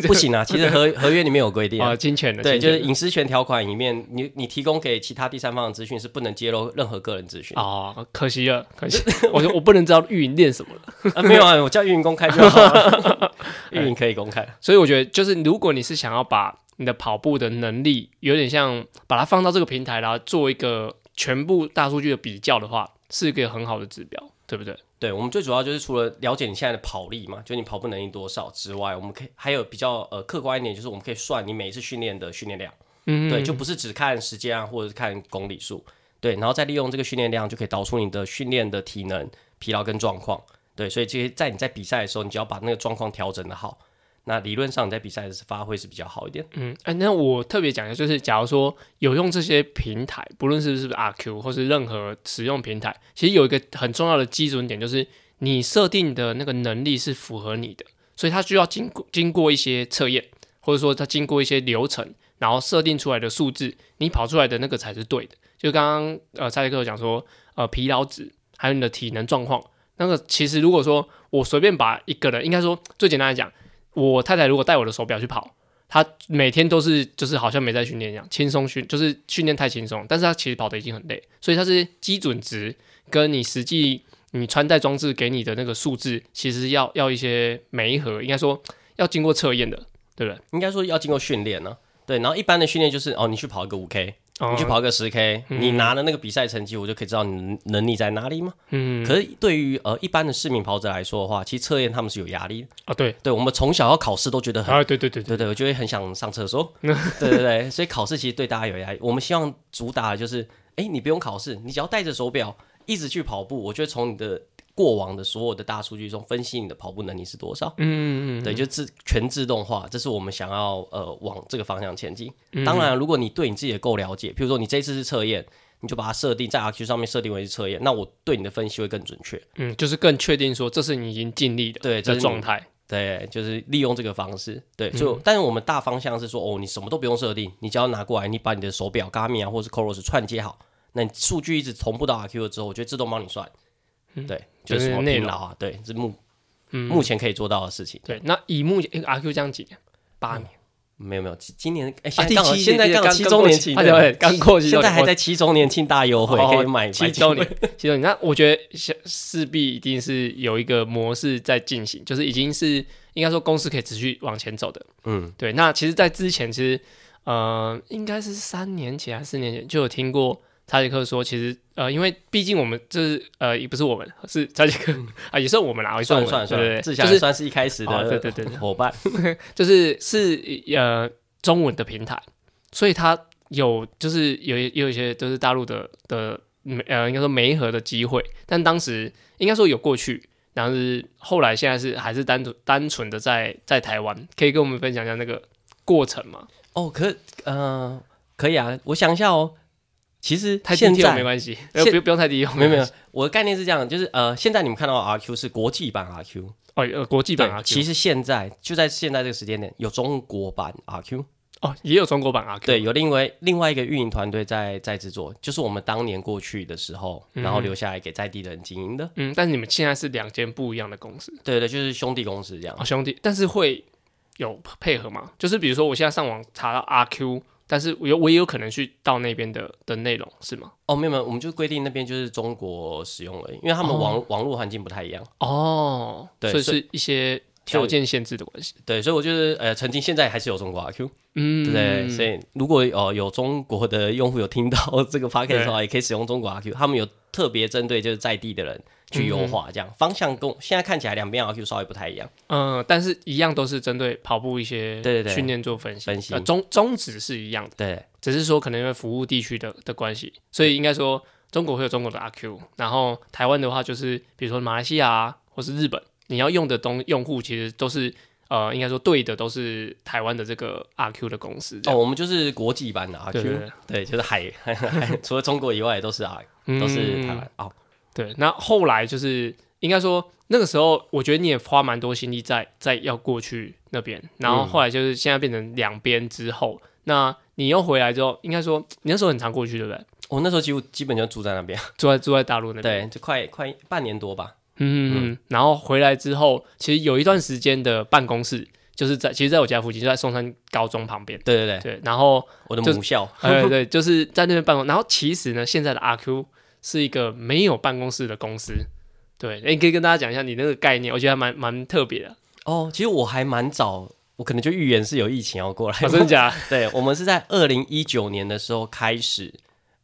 [SPEAKER 2] 不行啊，其实合合约里面有规定啊、
[SPEAKER 1] 啊，侵权的，
[SPEAKER 2] 对，
[SPEAKER 1] 侵
[SPEAKER 2] 就
[SPEAKER 1] 权
[SPEAKER 2] 是
[SPEAKER 1] 的
[SPEAKER 2] 隐私权条款里面，你你提供给其他第三方的资讯是不能揭露任何个人资讯。
[SPEAKER 1] 哦，可惜了，可惜， 我就我不能知道运营练什么了，
[SPEAKER 2] 啊，没有啊，我叫运营公开就好了，运营可以公开。
[SPEAKER 1] 所以我觉得就是如果你是想要把你的跑步的能力有点像把它放到这个平台，然后做一个全部大数据的比较的话，是一个很好的指标。对不对？
[SPEAKER 2] 对我们最主要就是除了了解你现在的跑力嘛，就你跑步能力多少之外，我们可以还有比较呃客观一点，就是我们可以算你每一次训练的训练量，
[SPEAKER 1] 嗯
[SPEAKER 2] 对，就不是只看时间啊，或者是看公里数，对，然后再利用这个训练量就可以导出你的训练的体能、疲劳跟状况，对，所以其实在你在比赛的时候，你只要把那个状况调整的好，那理论上你在比赛的时候发挥是比较好一点。
[SPEAKER 1] 嗯，哎、那我特别讲一下，就是假如说有用这些平台，不论是不是 RQ 或是任何使用平台，其实有一个很重要的基准点，就是你设定的那个能力是符合你的，所以它需要经过经过一些测验，或者说它经过一些流程，然后设定出来的数字，你跑出来的那个才是对的。就刚刚呃，蔡克有讲说，呃，疲劳值还有你的体能状况，那个其实如果说我随便把一个人，应该说最简单来讲，我太太如果带我的手表去跑。他每天都是就是好像没在训练一样，轻松训就是训练太轻松，但是他其实跑的已经很累，所以他是基准值跟你实际你穿戴装置给你的那个数字，其实要要一些媒合，应该说要经过测验的，对不对？
[SPEAKER 2] 应该说要经过训练呢、对，然后一般的训练就是哦，你去跑一个五 K，你去
[SPEAKER 1] 哦，
[SPEAKER 2] 跑个十 K，、你拿了那个比赛成绩，我就可以知道你能力在哪里吗？
[SPEAKER 1] 嗯，
[SPEAKER 2] 可是对于呃一般的市民跑者来说的话，其实测验他们是有压力的。
[SPEAKER 1] 啊对，
[SPEAKER 2] 对我们从小要考试都觉得很，
[SPEAKER 1] 啊对对对对，
[SPEAKER 2] 对对，我就会很想上厕 所。对对对，所以考试其实对大家有压力。我们希望主打的就是，哎，你不用考试，你只要带着手表一直去跑步，我就会从你的过往的所有的大数据中分析你的跑步能力是多少。
[SPEAKER 1] 嗯嗯
[SPEAKER 2] 对，就自全自动化，这是我们想要呃往这个方向前进。
[SPEAKER 1] 嗯
[SPEAKER 2] 当然，如果你对你自己也够了解，譬如说你这一次是测验，你就把它设定在 RQ 上面设定为是测验，那我对你的分析会更准确。
[SPEAKER 1] 嗯，就是更确定说这是你已经尽力的
[SPEAKER 2] 对这
[SPEAKER 1] 的
[SPEAKER 2] 是你
[SPEAKER 1] 状态，嗯
[SPEAKER 2] 对，就是利用这个方式。对，所以、但是我们大方向是说，哦，你什么都不用设定，你只要拿过来，你把你的手表 Garmin 啊或是 Coros 串接好，那你数据一直同步到 RQ 了之后，我就会自动帮你算。对，就
[SPEAKER 1] 嗯就是
[SPEAKER 2] 是什么
[SPEAKER 1] 内
[SPEAKER 2] 疲
[SPEAKER 1] 容
[SPEAKER 2] 劳啊，对，是目、
[SPEAKER 1] 嗯
[SPEAKER 2] 目前可以做到的事情。
[SPEAKER 1] 对。那以目前诶 RQ 这样几年，八年，
[SPEAKER 2] 没有没有，今今年哎，
[SPEAKER 1] 啊
[SPEAKER 2] 现
[SPEAKER 1] 第
[SPEAKER 2] 在刚好
[SPEAKER 1] 七
[SPEAKER 2] 现在
[SPEAKER 1] 年
[SPEAKER 2] 刚好
[SPEAKER 1] 刚
[SPEAKER 2] 七
[SPEAKER 1] 刚
[SPEAKER 2] 周
[SPEAKER 1] 过
[SPEAKER 2] 年
[SPEAKER 1] 去
[SPEAKER 2] 庆，
[SPEAKER 1] 啊对对刚过去
[SPEAKER 2] 现在
[SPEAKER 1] 周年
[SPEAKER 2] 还在七周年庆大优惠，
[SPEAKER 1] 哦
[SPEAKER 2] 可以买
[SPEAKER 1] 七周年。，七周年。那我觉得想势必一定是有一个模式在进行，就是已经是应该说公司可以持续往前走的。
[SPEAKER 2] 嗯，
[SPEAKER 1] 对，那其实，在之前其实呃，应该是三年前还是四年前就有听过查杰克说，其实呃，因为毕竟我们就是呃，也不是我们，是查杰克、啊，也算我们啦，也
[SPEAKER 2] 算了
[SPEAKER 1] 我们
[SPEAKER 2] 嗯算了算
[SPEAKER 1] 对
[SPEAKER 2] 了，
[SPEAKER 1] 对
[SPEAKER 2] 志
[SPEAKER 1] 对，
[SPEAKER 2] 祥
[SPEAKER 1] 就
[SPEAKER 2] 也
[SPEAKER 1] 是
[SPEAKER 2] 算是一开始
[SPEAKER 1] 哦
[SPEAKER 2] 的
[SPEAKER 1] 对对对对
[SPEAKER 2] 伙伴，
[SPEAKER 1] 就是是呃中文的平台，所以它有就是有也有一些就是大陆的的呃应该说媒合的机会，但当时应该说有过去，然后是后来现在是还是单纯单纯的在在台湾，可以跟我们分享一下那个过程吗？
[SPEAKER 2] 哦，可呃可以啊，我想一下哦，其实
[SPEAKER 1] 太低
[SPEAKER 2] 现
[SPEAKER 1] 调没
[SPEAKER 2] 在
[SPEAKER 1] 关系，呃
[SPEAKER 2] 现
[SPEAKER 1] 不用不用太低调，
[SPEAKER 2] 没有没有
[SPEAKER 1] 关系，
[SPEAKER 2] 我的概念是这样，就是呃，现在你们看到的 RQ 是国际版 RQ，
[SPEAKER 1] 哦呃国际版
[SPEAKER 2] 对
[SPEAKER 1] RQ
[SPEAKER 2] 其实现在就在现在这个时间点有中国版 RQ，
[SPEAKER 1] 哦也有中国版 RQ
[SPEAKER 2] 啊对，有另外另外一个运营团队在在制作，就是我们当年过去的时候，然后留下来给在地的人经营的，
[SPEAKER 1] 嗯，但是你们现在是两间不一样的公司。
[SPEAKER 2] 对对，就是兄弟公司这样
[SPEAKER 1] 啊、。兄弟，但是会有配合吗？就是比如说我现在上网查到 RQ，但是我有我也有可能去到那边的的内容是吗？
[SPEAKER 2] 哦，没有没有，我们就规定那边就是中国使用而已，因为他们网、网络环境不太一样。
[SPEAKER 1] 哦，
[SPEAKER 2] 对
[SPEAKER 1] 所以
[SPEAKER 2] 所
[SPEAKER 1] 是一些条件限制的关系。
[SPEAKER 2] 对，所以我就是呃，曾经现在还是有中国 RQ，、
[SPEAKER 1] 嗯，
[SPEAKER 2] 对不对？所以如果哦、有中国的用户有听到 这个 p a c k e t 的话，也可以使用中国 RQ，他们有特别针对就是在地的人
[SPEAKER 1] 嗯
[SPEAKER 2] 去优化，这样、方向跟我现在看起来两边 RQ 稍微不太一样。
[SPEAKER 1] 嗯、但是一样都是针对跑步一些
[SPEAKER 2] 对对对
[SPEAKER 1] 训练做分析，
[SPEAKER 2] 分析
[SPEAKER 1] 呃、宗宗旨是一样的，
[SPEAKER 2] 对
[SPEAKER 1] 只是说可能因为服务地区的的关系，所以应该说中国会有中国的 RQ，然后台湾的话就是比如说马来西亚、啊、或是日本，你要用的东用户其实都是呃，应该说对的都是台湾的这个 RQ 的公司这
[SPEAKER 2] 哦，
[SPEAKER 1] 样。
[SPEAKER 2] 我们就是国际版的 RQ，
[SPEAKER 1] 对对对
[SPEAKER 2] 对就是海 海除了中国以外都是 R，都是台湾、
[SPEAKER 1] 嗯
[SPEAKER 2] 哦。
[SPEAKER 1] 对，那后来就是应该说那个时候，我觉得你也花蛮多心力在在要过去那边，然
[SPEAKER 2] 嗯
[SPEAKER 1] 后后来就是现在变成两边之后，那你又回来之后，应该说你那时候很常过去，对不对？
[SPEAKER 2] 我那时候几乎基本就住在那边，
[SPEAKER 1] 住在住在大陆那边，
[SPEAKER 2] 对，就快快半年多吧。
[SPEAKER 1] 嗯，嗯，然后回来之后，其实有一段时间的办公室就是在，其实在我家附近，就在松山高中旁边。
[SPEAKER 2] 对对对，
[SPEAKER 1] 对，然后
[SPEAKER 2] 我的
[SPEAKER 1] 就
[SPEAKER 2] 母校。
[SPEAKER 1] 呃对，就是在那边办公。然后其实呢，现在的 RQ 是一个没有办公室的公司。对，诶你可以跟大家讲一下你那个概念，我觉得还蛮蛮特别的。啊
[SPEAKER 2] 哦，其实我还蛮早，我可能就预言是有疫情要过来。
[SPEAKER 1] 啊哦真的 假的？
[SPEAKER 2] 对，我们是在二零一九年的时候开始，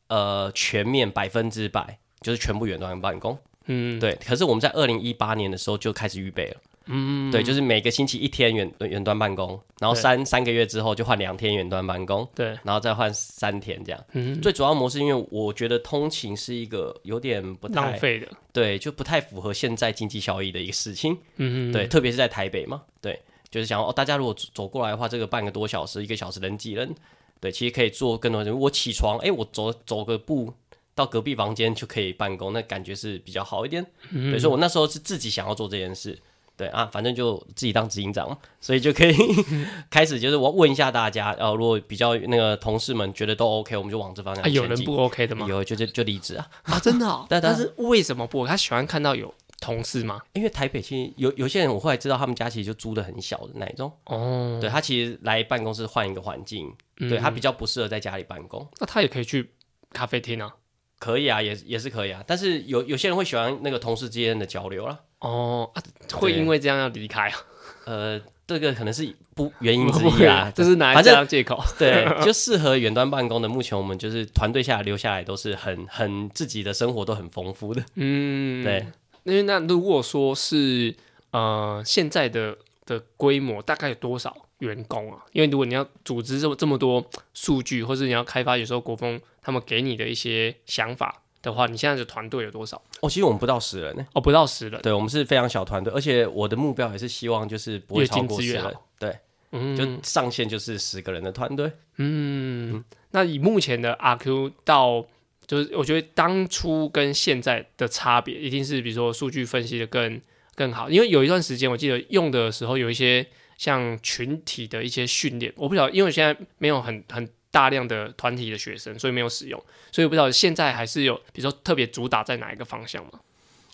[SPEAKER 2] 呃，全面百分之百就是全部远端办公。
[SPEAKER 1] 嗯，
[SPEAKER 2] 对，可是我们在二零一八年的时候就开始预备了。
[SPEAKER 1] 嗯，
[SPEAKER 2] 对，就是每个星期一天远远端办公，然后
[SPEAKER 1] 对
[SPEAKER 2] 三三个月之后就换两天远端办公，
[SPEAKER 1] 对，
[SPEAKER 2] 然后再换三天这样。
[SPEAKER 1] 嗯，
[SPEAKER 2] 最主要模式，因为我觉得通勤是一个有点不
[SPEAKER 1] 浪
[SPEAKER 2] 太
[SPEAKER 1] 费的，
[SPEAKER 2] 对，就不太符合现在经济效益的一个事情。
[SPEAKER 1] 嗯，
[SPEAKER 2] 对，，特别是在台北嘛，对，就是想哦，大家如果走走过来的话，这个半个多小时、一个小时人挤人，对，其实可以做更多的。我起床，哎，我走走个步到隔壁房间就可以办公，那感觉是比较好一点。
[SPEAKER 1] 嗯
[SPEAKER 2] 对，所以我那时候是自己想要做这件事。对啊，反正就自己当执行长，所以 就可以开始就是我问一下大家，呃，如果比较那个同事们觉得都 OK，我们就往这方向
[SPEAKER 1] 啊，
[SPEAKER 2] 前进。
[SPEAKER 1] 有 人不 OK 的吗？
[SPEAKER 2] 有就就就离职啊，
[SPEAKER 1] 啊，真的哦，
[SPEAKER 2] 对 对
[SPEAKER 1] 但是为什么不？他喜欢看到有同事吗？
[SPEAKER 2] 因为台北其实有有些人，我后来知道他们家其实就租的很小的那一种，
[SPEAKER 1] 哦，
[SPEAKER 2] 对他其实来办公室换一个环境，
[SPEAKER 1] 嗯
[SPEAKER 2] 对他比较不适合在家里办公。
[SPEAKER 1] 那他也可以去咖啡厅啊。
[SPEAKER 2] 可以啊，也也是可以啊，但是有有些人会喜欢那个同事之间的交流啦，
[SPEAKER 1] 哦，啊会
[SPEAKER 2] 对
[SPEAKER 1] 因为这样要离开啊？
[SPEAKER 2] 呃，这个可能是不原因之
[SPEAKER 1] 不
[SPEAKER 2] 一
[SPEAKER 1] 会
[SPEAKER 2] 啊，
[SPEAKER 1] 这是拿来
[SPEAKER 2] 反正
[SPEAKER 1] 当借口。
[SPEAKER 2] 对，就适合远端办公的。目前我们就是团队下来留下来都是很很自己的生活都很丰富的，
[SPEAKER 1] 嗯，
[SPEAKER 2] 对。
[SPEAKER 1] 因为那如果说是呃现在的的规模大概有多少员工啊？因为如果你要组织这么这么多数据，或是你要开发，有时候国风他们给你的一些想法的话，你现在的团队有多少？
[SPEAKER 2] 哦，其实我们不到十人呢、
[SPEAKER 1] 哦，不到十人。
[SPEAKER 2] 对我们是非常小团队，而且我的目标也是希望就是不会超过
[SPEAKER 1] 越精致
[SPEAKER 2] 十
[SPEAKER 1] 越
[SPEAKER 2] 人
[SPEAKER 1] 好，
[SPEAKER 2] 对，
[SPEAKER 1] 嗯，
[SPEAKER 2] 就上限就是十个人的团队。
[SPEAKER 1] 嗯，那以目前的 RQ 到，就是我觉得当初跟现在的差别，一定是比如说数据分析的更更好，因为有一段时间我记得用的时候有一些像群体的一些训练，我不晓得，因为我现在没有很很大量的团体的学生，所以没有使用，所以我不知道现在还是有，比如说特别主打在哪一个方向嘛？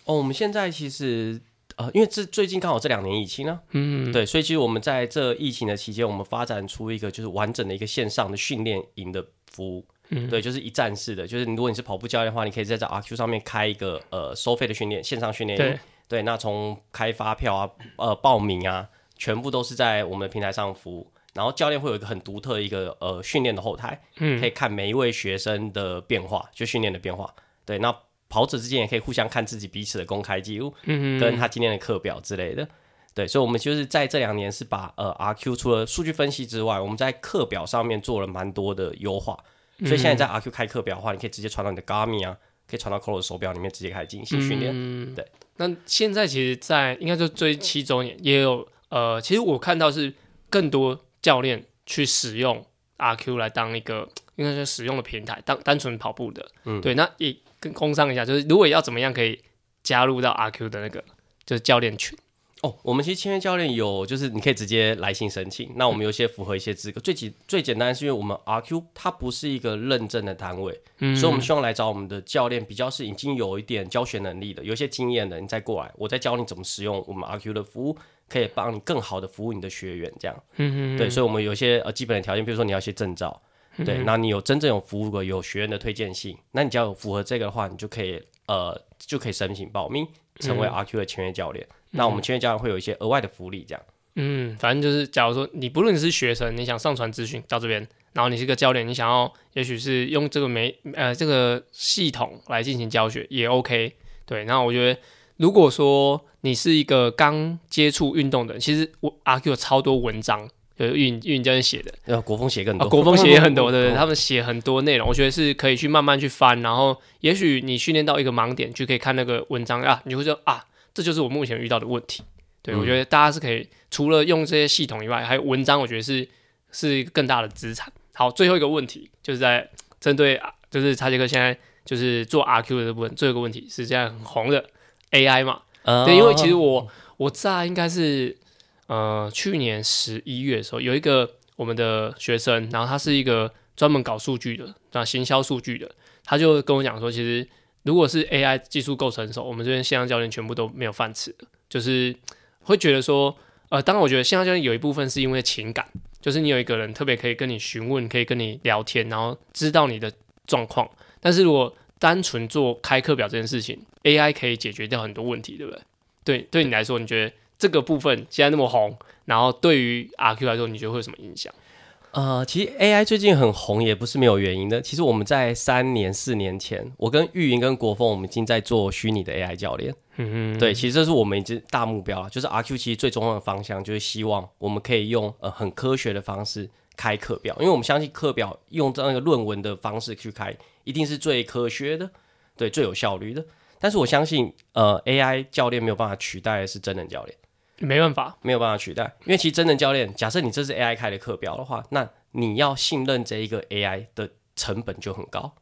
[SPEAKER 2] 哦，我们现在其实呃，因为这最近刚好这两年疫情啊，
[SPEAKER 1] 嗯，
[SPEAKER 2] 对，所以其实我们在这疫情的期间，我们发展出一个就是完整的一个线上的训练营的服务。
[SPEAKER 1] 嗯
[SPEAKER 2] 对，就是一站式的，就是如果你是跑步教练的话，你可以在这 RQ 上面开一个呃收费的训练，线上训练营
[SPEAKER 1] 对。
[SPEAKER 2] 对，那从开发票啊、呃报名啊，全部都是在我们的平台上服务。然后教练会有一个很独特的一个呃训练的后台，
[SPEAKER 1] 嗯
[SPEAKER 2] 可以看每一位学生的变化，就训练的变化。对，那跑者之间也可以互相看自己彼此的公开记录，
[SPEAKER 1] 嗯
[SPEAKER 2] 跟他今天的课表之类的。对，所以我们就是在这两年是把呃 RQ 除了数据分析之外，我们在课表上面做了蛮多的优化。
[SPEAKER 1] 嗯
[SPEAKER 2] 所以现在在 RQ 开课表的话，你可以直接传到你的 Garmin 啊，可以传到 Colo 手表里面直接开始进行训练。
[SPEAKER 1] 嗯
[SPEAKER 2] 对。
[SPEAKER 1] 那现在其实在，应该就追七周年也有呃，其实我看到是更多教练去使用 RQ 来当一个应该是使用的平台，当单纯跑步的。
[SPEAKER 2] 嗯
[SPEAKER 1] 对，那也跟工商一下，就是如果要怎么样可以加入到 RQ 的那个就是教练群。
[SPEAKER 2] 哦，我们其实签约教练有，就是你可以直接来信申请。那我们有一些符合一些资格，最简最简单是因为我们 RQ 它不是一个认证的单位，
[SPEAKER 1] 嗯
[SPEAKER 2] 所以我们希望来找我们的教练比较是已经有一点教学能力的，有一些经验的，你再过来，我再教你怎么使用我们 RQ 的服务，可以帮你更好的服务你的学员。这样，
[SPEAKER 1] 嗯嗯嗯
[SPEAKER 2] 对，所以我们有一些呃基本的条件，比如说你要一些证照，对，那你有真正有服务过有学员的推荐信，那你只要有符合这个的话，你就可以呃就可以申请报名成
[SPEAKER 1] 嗯
[SPEAKER 2] 为 RQ 的签约教练。那我们签约教练会有一些额外的福利，这样。
[SPEAKER 1] 嗯，反正就是假如说你不论你是学生，你想上传资讯到这边。然后你是个教练，你想要也许是用这个媒呃这个系统来进行教学也 OK，对，那我觉得，如果说你是一个刚接触运动的人，其实我阿 Q 有超多文章，就是运运教练写的，
[SPEAKER 2] 呃，国风鞋更
[SPEAKER 1] 啊，
[SPEAKER 2] 多，
[SPEAKER 1] 国风哦写也很多，对对，
[SPEAKER 2] 嗯
[SPEAKER 1] 他们写很多内容，我觉得是可以去慢慢去翻，然后也许你训练到一个盲点，就可以看那个文章啊，你就会说啊，这就是我目前遇到的问题。对，
[SPEAKER 2] 嗯
[SPEAKER 1] 我觉得大家是可以除了用这些系统以外，还有文章，我觉得是是一个更大的资产。好，最后一个问题就是在针对啊就是查杰克现在就是做 RQ 的这部分，最后一个问题是现在很红的 AI 嘛？
[SPEAKER 2] 呃
[SPEAKER 1] 对，因为其实我我在应该是呃去年十一月的时候，有一个我们的学生，然后他是一个专门搞数据的，那行销数据的，他就跟我讲说，其实如果是 AI 技术够成熟，我们这边线上教练全部都没有饭吃了，就是会觉得说，呃，当然我觉得线上教练有一部分是因为情感，就是你有一个人特别可以跟你询问，可以跟你聊天，然后知道你的状况，但是如果单纯做开课表这件事情，AI 可以解决掉很多问题，对不对？对，对你来说，你觉得这个部分现在那么红，然后对于 RQ 来说，你觉得会有什么影响？
[SPEAKER 2] 呃，其实 AI 最近很红，也不是没有原因的。其实我们在三年、四年前，我跟玉莹跟国风，我们已经在做虚拟的 AI 教练。
[SPEAKER 1] 嗯
[SPEAKER 2] 对，其实这是我们已经大目标了，就是 RQ 其实最重要的方向就是希望我们可以用呃很科学的方式开课表，因为我们相信课表用这样一个论文的方式去开，一定是最科学的，对，最有效率的。但是我相信，呃，AI 教练没有办法取代的是真人教练，
[SPEAKER 1] 哼，没办法，
[SPEAKER 2] 没有办法取代，因为其实真人教练，假设你这是 AI 开的课表的话，那你要信任这一个 AI 的成本就很高。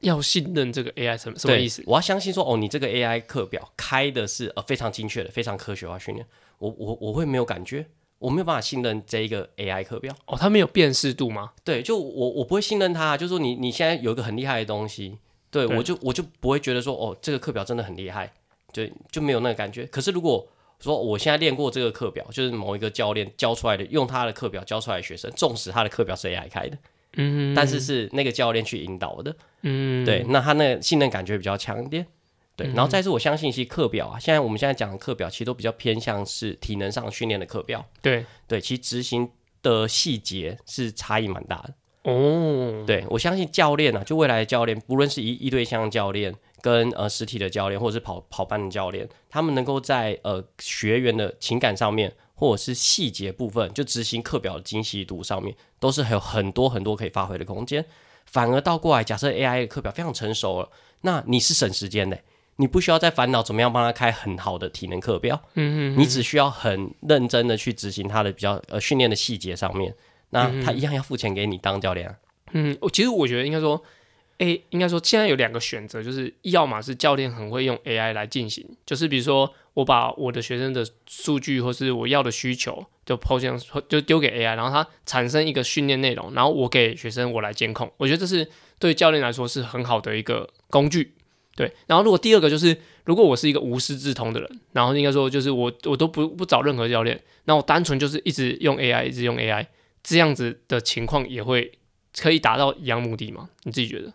[SPEAKER 1] 要信任这个 AI 什么什么
[SPEAKER 2] 对，
[SPEAKER 1] 意思？
[SPEAKER 2] 我要相信说，哦，你这个 AI 课表开的是呃非常精确的、非常科学化训练，我我我会没有感觉，我没有办法信任这一个 AI 课表。
[SPEAKER 1] 哦，它没有辨识度吗？
[SPEAKER 2] 对，就我我不会信任它，就是说你你现在有一个很厉害的东西，对
[SPEAKER 1] 对
[SPEAKER 2] 我就我就不会觉得说，哦，这个课表真的很厉害，就就没有那个感觉。可是如果说我现在练过这个课表，就是某一个教练教出来的，用他的课表教出来的学生，纵使他的课表是 AI 开的，
[SPEAKER 1] 嗯，
[SPEAKER 2] 但是是那个教练去引导的。
[SPEAKER 1] 嗯，
[SPEAKER 2] 对，那他那个信任感觉比较强一点。对，然后再是我相信，其实课表啊，现在我们现在讲的课表，其实都比较偏向是体能上训练的课表。
[SPEAKER 1] 对，
[SPEAKER 2] 对，其实执行的细节是差异蛮大的。
[SPEAKER 1] 哦，
[SPEAKER 2] 对我相信教练啊，就未来的教练，不论是一一对象教练，跟呃实体的教练，或者是跑跑班的教练，他们能够在呃学员的情感上面，或者是细节部分，就执行课表的精细度上面，都是还有很多很多可以发挥的空间。反而倒过来，假设 AI 的课表非常成熟了，那你是省时间的，你不需要再烦恼怎么样帮他开很好的体能课表，
[SPEAKER 1] 嗯
[SPEAKER 2] 你只需要很认真的去执行他的比较呃训练的细节上面，那他一样要付钱给你当教练、啊。
[SPEAKER 1] 嗯，我其实我觉得应该说。A 应该说现在有两个选择，就是要么是教练很会用 AI 来进行，就是比如说我把我的学生的数据或是我要的需求就抛向就丢给 AI，然后它产生一个训练内容，然后我给学生我来监控，我觉得这是对教练来说是很好的一个工具。对，然后如果第二个就是，如果我是一个无师自通的人，然后应该说就是我我都不不找任何教练，那我单纯就是一直用 AI，一直用 AI，这样子的情况也会可以达到一样目的吗？你自己觉得？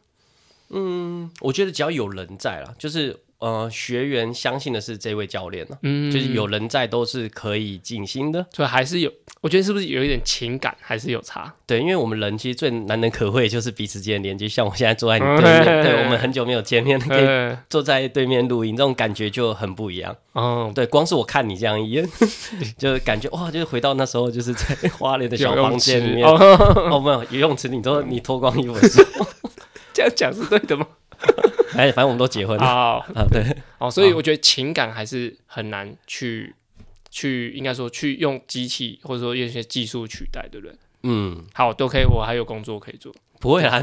[SPEAKER 2] 我觉得只要有人在啦，就是呃，学员相信的是这位教练呢、
[SPEAKER 1] 嗯，
[SPEAKER 2] 就是有人在都是可以静心的。
[SPEAKER 1] 所以还是有，我觉得是不是有一点情感还是有差？
[SPEAKER 2] 对，因为我们人其实最难能可贵的就是彼此间的连接，像我现在坐在你对面，对我们很久没有见面，可以
[SPEAKER 1] 呃，
[SPEAKER 2] 坐在对面录音，这种感觉就很不一样。
[SPEAKER 1] 哦，
[SPEAKER 2] 对，光是我看你这样一眼， 就感觉哇，就是回到那时候，就是在花莲的小
[SPEAKER 1] 游
[SPEAKER 2] 房
[SPEAKER 1] 泳池
[SPEAKER 2] 间里面，哦，
[SPEAKER 1] 哦，
[SPEAKER 2] 没有游泳池，你都你脱光衣服的时候，
[SPEAKER 1] 这样讲是对的吗？
[SPEAKER 2] 哎，反正我们都结婚了啊，
[SPEAKER 1] 啊，
[SPEAKER 2] 对。
[SPEAKER 1] 哦，所以我觉得情感还是很难去去，应该说去用机器或者说用一些技术取代，对不对？
[SPEAKER 2] 嗯，
[SPEAKER 1] 好，都可以，我还有工作可以做。
[SPEAKER 2] 不会啦，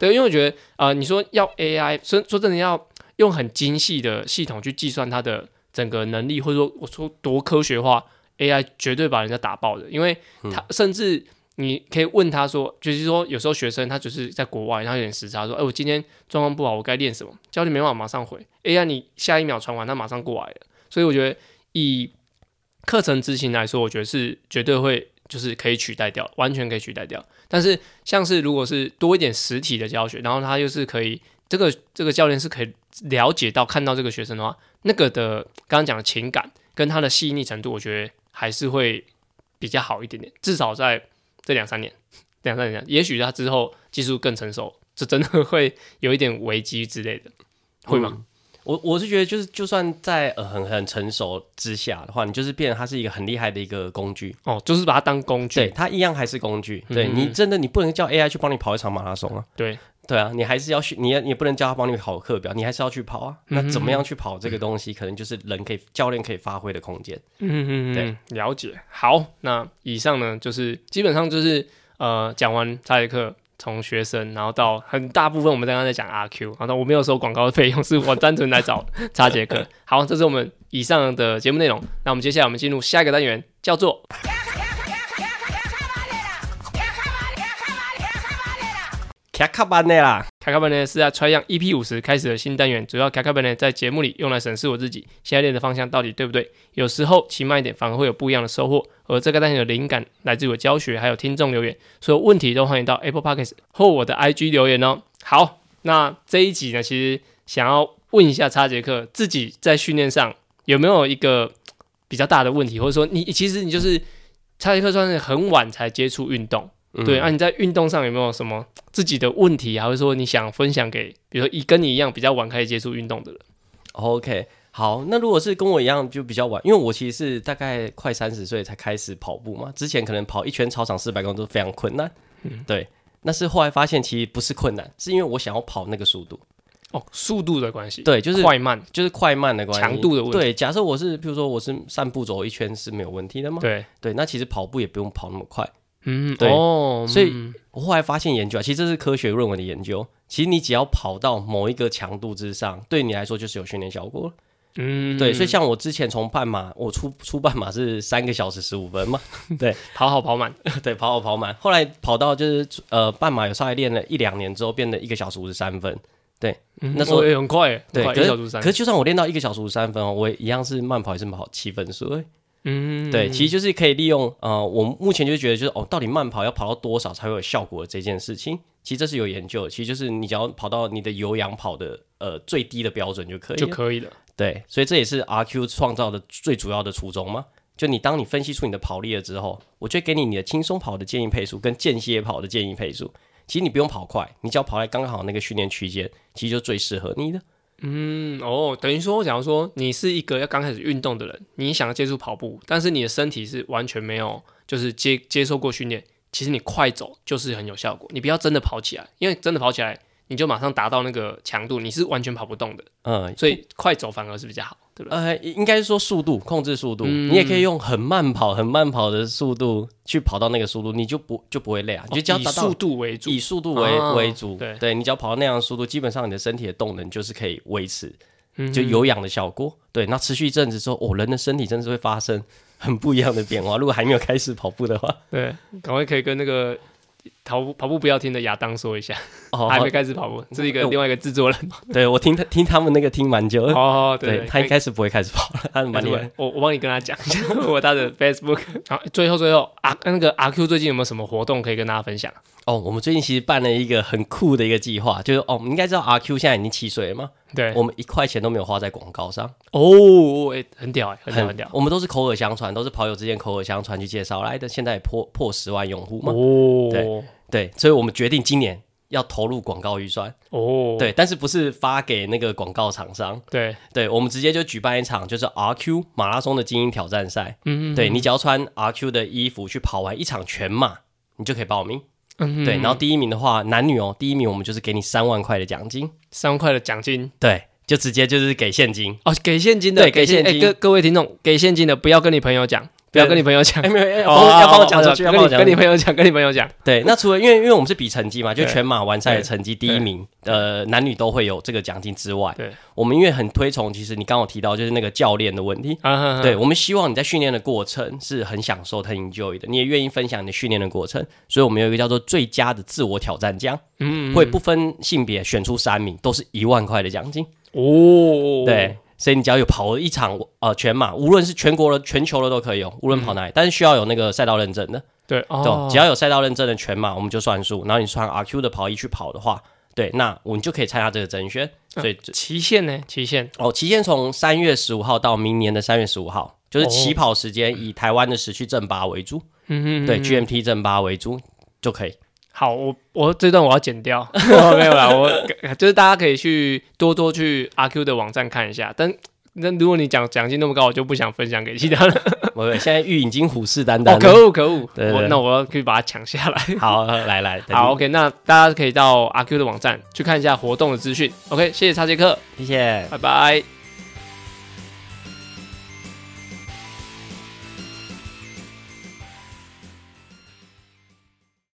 [SPEAKER 1] 对，因为我觉得啊、呃你说要 AI，说说真的要用很精细的系统去计算它的整个能力，或者说我说多科学化，AI 绝对把人家打爆的，因为他、甚至。你可以问他说，就是说有时候学生他就是在国外，然后有点时差，说，哎、我今天状况不好，我该练什么？教练没办法马上回，AI 你下一秒传完，他马上过来了。所以我觉得以课程执行来说，我觉得是绝对会就是可以取代掉，完全可以取代掉。但是像是如果是多一点实体的教学，然后他又是可以这个这个教练是可以了解到看到这个学生的话，那个的呃刚刚讲的情感跟他的细腻程度，我觉得还是会比较好一点点，至少在这两三年， 两三年，也许他之后技术更成熟，这真的会有一点危机之类的，会
[SPEAKER 2] 嗯
[SPEAKER 1] 吗？
[SPEAKER 2] 我我是觉得，就是就算在呃很很成熟之下的话，你就是变成它是一个很厉害的一个工具，
[SPEAKER 1] 哦，就是把它当工
[SPEAKER 2] 对，
[SPEAKER 1] 具，
[SPEAKER 2] 它一样还是工具。对
[SPEAKER 1] 嗯
[SPEAKER 2] 你真的你不能叫 AI 去帮你跑一场马拉松啊，
[SPEAKER 1] 对，
[SPEAKER 2] 对啊，你还是要去，你也你也不能叫它帮你跑课表，你还是要去跑啊。那
[SPEAKER 1] 嗯
[SPEAKER 2] 怎么样去跑这个东西，可能就是人可以教练可以发挥的空间。
[SPEAKER 1] 嗯嗯
[SPEAKER 2] 对
[SPEAKER 1] 嗯，了解。好，那以上呢，就是基本上就是呃，讲完查理克从学生，然后到很大部分我们刚刚在讲 RQ，好，那我没有收广告费用，是我单纯来找 查杰克。好，这是我们以上的节目内容。那我们接下来我们进入下一个单元，叫做
[SPEAKER 2] 卡卡班内啦，
[SPEAKER 1] 卡卡本呢是在 try 样 EP 五十开始的新单元，主要卡卡本呢在节目里用来审视我自己现在练的方向到底对不对。有时候骑慢一点反而会有不一样的收获。而这个单元的灵感来自于我教学，还有听众留言，所有问题都欢迎到 Apple Podcast 或我的 IG 留言哦。好，那这一集呢，其实想要问一下叉杰克自己在训练上有没有一个比较大的问题，或者说你其实你就是叉杰克算是很晚才接触运动，
[SPEAKER 2] 嗯
[SPEAKER 1] 对，啊，你在运动上有没有什么自己的问题啊，还是说你想分享给，比如说一跟你一样比较晚开始接触运动的人？
[SPEAKER 2] OK，好，那如果是跟我一样就比较晚，因为我其实是大概快三十岁才开始跑步嘛，之前可能跑一圈操场四百公里都非常困难，
[SPEAKER 1] 嗯
[SPEAKER 2] 对。但是后来发现其实不是困难，是因为我想要跑那个速度，
[SPEAKER 1] 哦，速度的关系，，
[SPEAKER 2] 对，就是
[SPEAKER 1] 快慢，
[SPEAKER 2] 就是快慢的关系，
[SPEAKER 1] 强度的问题
[SPEAKER 2] 对，假设我是，比如说我是散步走一圈是没有问题的吗？
[SPEAKER 1] 对，
[SPEAKER 2] 对，那其实跑步也不用跑那么快。
[SPEAKER 1] 嗯，
[SPEAKER 2] 对
[SPEAKER 1] 哦，
[SPEAKER 2] 所以
[SPEAKER 1] 嗯
[SPEAKER 2] 我后来发现研究啊，其实这是科学论文的研究。其实你只要跑到某一个强度之上，对你来说就是有训练效果了。
[SPEAKER 1] 嗯，
[SPEAKER 2] 对，所以像我之前从半马，我出出半马是三个小时十五分嘛，
[SPEAKER 1] 跑好跑满，
[SPEAKER 2] 对，跑好跑满。后来跑到就是呃半马有稍微练了一两年之后，变得一个小时五十三分。
[SPEAKER 1] 嗯
[SPEAKER 2] 那时候
[SPEAKER 1] 哦也很快，很
[SPEAKER 2] 对，
[SPEAKER 1] 快
[SPEAKER 2] 可
[SPEAKER 1] 一
[SPEAKER 2] 是
[SPEAKER 1] 小时三
[SPEAKER 2] 可是，就算我练到一个小时五十三分哦，我也一样是慢跑，也是跑七分速而已。
[SPEAKER 1] 嗯，
[SPEAKER 2] 对，其实就是可以利用呃，我目前就觉得就是哦，到底慢跑要跑到多少才会有效果这件事情，其实这是有研究的。其实就是你只要跑到你的有氧跑的呃最低的标准就可以
[SPEAKER 1] 就
[SPEAKER 2] 了。
[SPEAKER 1] 可以了。
[SPEAKER 2] 对，所以这也是 RQ 创造的最主要的初衷嘛。就你当你分析出你的跑力了之后，我就会给你你的轻松跑的建议配速跟间歇跑的建议配速。其实你不用跑快，你只要跑在刚刚好那个训练区间，其实就最适合你的。
[SPEAKER 1] 嗯，哦，等于说，假如说你是一个要刚开始运动的人，你想要接触跑步，但是你的身体是完全没有就是接接受过训练，其实你快走就是很有效果。你不要真的跑起来，因为真的跑起来，你就马上达到那个强度，你是完全跑不动的。
[SPEAKER 2] 嗯，
[SPEAKER 1] 所以快走反而是比较好，对不对？
[SPEAKER 2] 呃，应该是说速度控制速度，
[SPEAKER 1] 嗯
[SPEAKER 2] 你也可以用很慢跑、很慢跑的速度去跑到那个速度，你就不就不会累啊，你就只要
[SPEAKER 1] 哦以
[SPEAKER 2] 达到
[SPEAKER 1] 速度为主
[SPEAKER 2] 以。速度为、
[SPEAKER 1] 哦
[SPEAKER 2] 为主，
[SPEAKER 1] 对
[SPEAKER 2] 你只要跑到那样的速度，基本上你的身体的动能就是可以维持，
[SPEAKER 1] 嗯
[SPEAKER 2] 就有氧的效果。对，那持续一阵子之后，哦，人的身体真的是会发生很不一样的变化。如果还没有开始跑步的话，
[SPEAKER 1] 对，赶快可以跟那个跑步跑步不要听的亚当说一下，
[SPEAKER 2] 哦，
[SPEAKER 1] 还没开始跑步，这是一个
[SPEAKER 2] 那我
[SPEAKER 1] 另外一个制作人。
[SPEAKER 2] 对我听他听他们那个听蛮久了，
[SPEAKER 1] 哦，
[SPEAKER 2] 对
[SPEAKER 1] 对，
[SPEAKER 2] 他应该是不会开始跑了，他蛮厉害。
[SPEAKER 1] 我我帮你跟他 讲一下我他的 Facebook。好，最后最后啊，那个阿 Q 最近有没有什么活动可以跟大家分享？
[SPEAKER 2] 哦，我们最近其实办了一个很酷的一个计划，就是哦，你应该知道 RQ 现在已经七岁了吗？
[SPEAKER 1] 对，
[SPEAKER 2] 我们一块钱都没有花在广告上，
[SPEAKER 1] 哦，哎，很屌哎，很屌很屌。
[SPEAKER 2] 我们都是口耳相传，都是跑友之间口耳相传去介绍来的。现在也破破十万用户嘛，
[SPEAKER 1] 哦
[SPEAKER 2] 对，所以我们决定今年要投入广告预算，
[SPEAKER 1] 哦，
[SPEAKER 2] 对，但是不是发给那个广告厂商，
[SPEAKER 1] 对，
[SPEAKER 2] 对，我们直接就举办一场就是 RQ 马拉松的精英挑战赛，
[SPEAKER 1] 嗯，
[SPEAKER 2] 对你只要穿 RQ 的衣服去跑完一场全马，你就可以报名。
[SPEAKER 1] 嗯
[SPEAKER 2] 对，然后第一名的话，男女哦，第一名我们就是给你三万块的奖金，
[SPEAKER 1] 三万块的奖金
[SPEAKER 2] 对，就直接就是给现金。
[SPEAKER 1] 哦，给现金的，
[SPEAKER 2] 对给现
[SPEAKER 1] 哎
[SPEAKER 2] 金
[SPEAKER 1] 各各位听众，给现金的不要跟你朋友讲，不要跟你朋友讲
[SPEAKER 2] 哎，。没有， 哎
[SPEAKER 1] 哦
[SPEAKER 2] 要帮我
[SPEAKER 1] 哦
[SPEAKER 2] 讲出去，
[SPEAKER 1] 哦跟
[SPEAKER 2] 要帮我
[SPEAKER 1] 你
[SPEAKER 2] 讲出去。
[SPEAKER 1] 跟你朋友讲，跟你朋友讲。
[SPEAKER 2] 对，那除了因为因为我们是比成绩嘛，就
[SPEAKER 1] 对
[SPEAKER 2] 全马完赛的
[SPEAKER 1] 对
[SPEAKER 2] 成绩第一名，呃，男女都会有这个奖金之外，
[SPEAKER 1] 对，
[SPEAKER 2] 我们因为很推崇，其实你刚刚有提到就是那个教练的问题，
[SPEAKER 1] 啊，
[SPEAKER 2] 对我们希望你在训练的过程是很享受、很 enjoy 的，你也愿意分享你的训练的过程，所以我们有一个叫做最佳的自我挑战奖，
[SPEAKER 1] 嗯，
[SPEAKER 2] 会不分性别选出三名，都是一万块的奖金，
[SPEAKER 1] 哦，
[SPEAKER 2] 对。所以你只要有跑一场呃全马，无论是全国的、全球的都可以哦，无论跑哪里，但是需要有那个赛道认证的。
[SPEAKER 1] 对，
[SPEAKER 2] 懂？
[SPEAKER 1] 嗯哦，
[SPEAKER 2] 只要有赛道认证的全马，我们就算数。然后你穿 RQ 的跑衣去跑的话，对，那我们就可以参加这个甄选。
[SPEAKER 1] 嗯
[SPEAKER 2] 所以、
[SPEAKER 1] 期限呢？期限
[SPEAKER 2] 哦，期限从三月十五号到明年的三月十五号，就是
[SPEAKER 1] 哦
[SPEAKER 2] 起跑时间以台湾的时区正八为主，
[SPEAKER 1] 嗯
[SPEAKER 2] 对，GMT 正八为主就可以。
[SPEAKER 1] 好，我我这段我要剪掉， 哦、没有啦，我就是大家可以去多多去阿 Q 的网站看一下。但那如果你讲奖金那么高，我就不想分享给其他人。
[SPEAKER 2] 我们现在玉已经虎视眈眈
[SPEAKER 1] 哦，可
[SPEAKER 2] 了。
[SPEAKER 1] 恶可恶，
[SPEAKER 2] 对对
[SPEAKER 1] 我
[SPEAKER 2] 对
[SPEAKER 1] 那我要去把它抢下来。
[SPEAKER 2] 好，来来，等你
[SPEAKER 1] 好，，，OK，那大家可以到阿 Q 的网站去看一下活动的资讯。OK，谢谢叉杰克，
[SPEAKER 2] 谢谢。
[SPEAKER 1] 拜拜。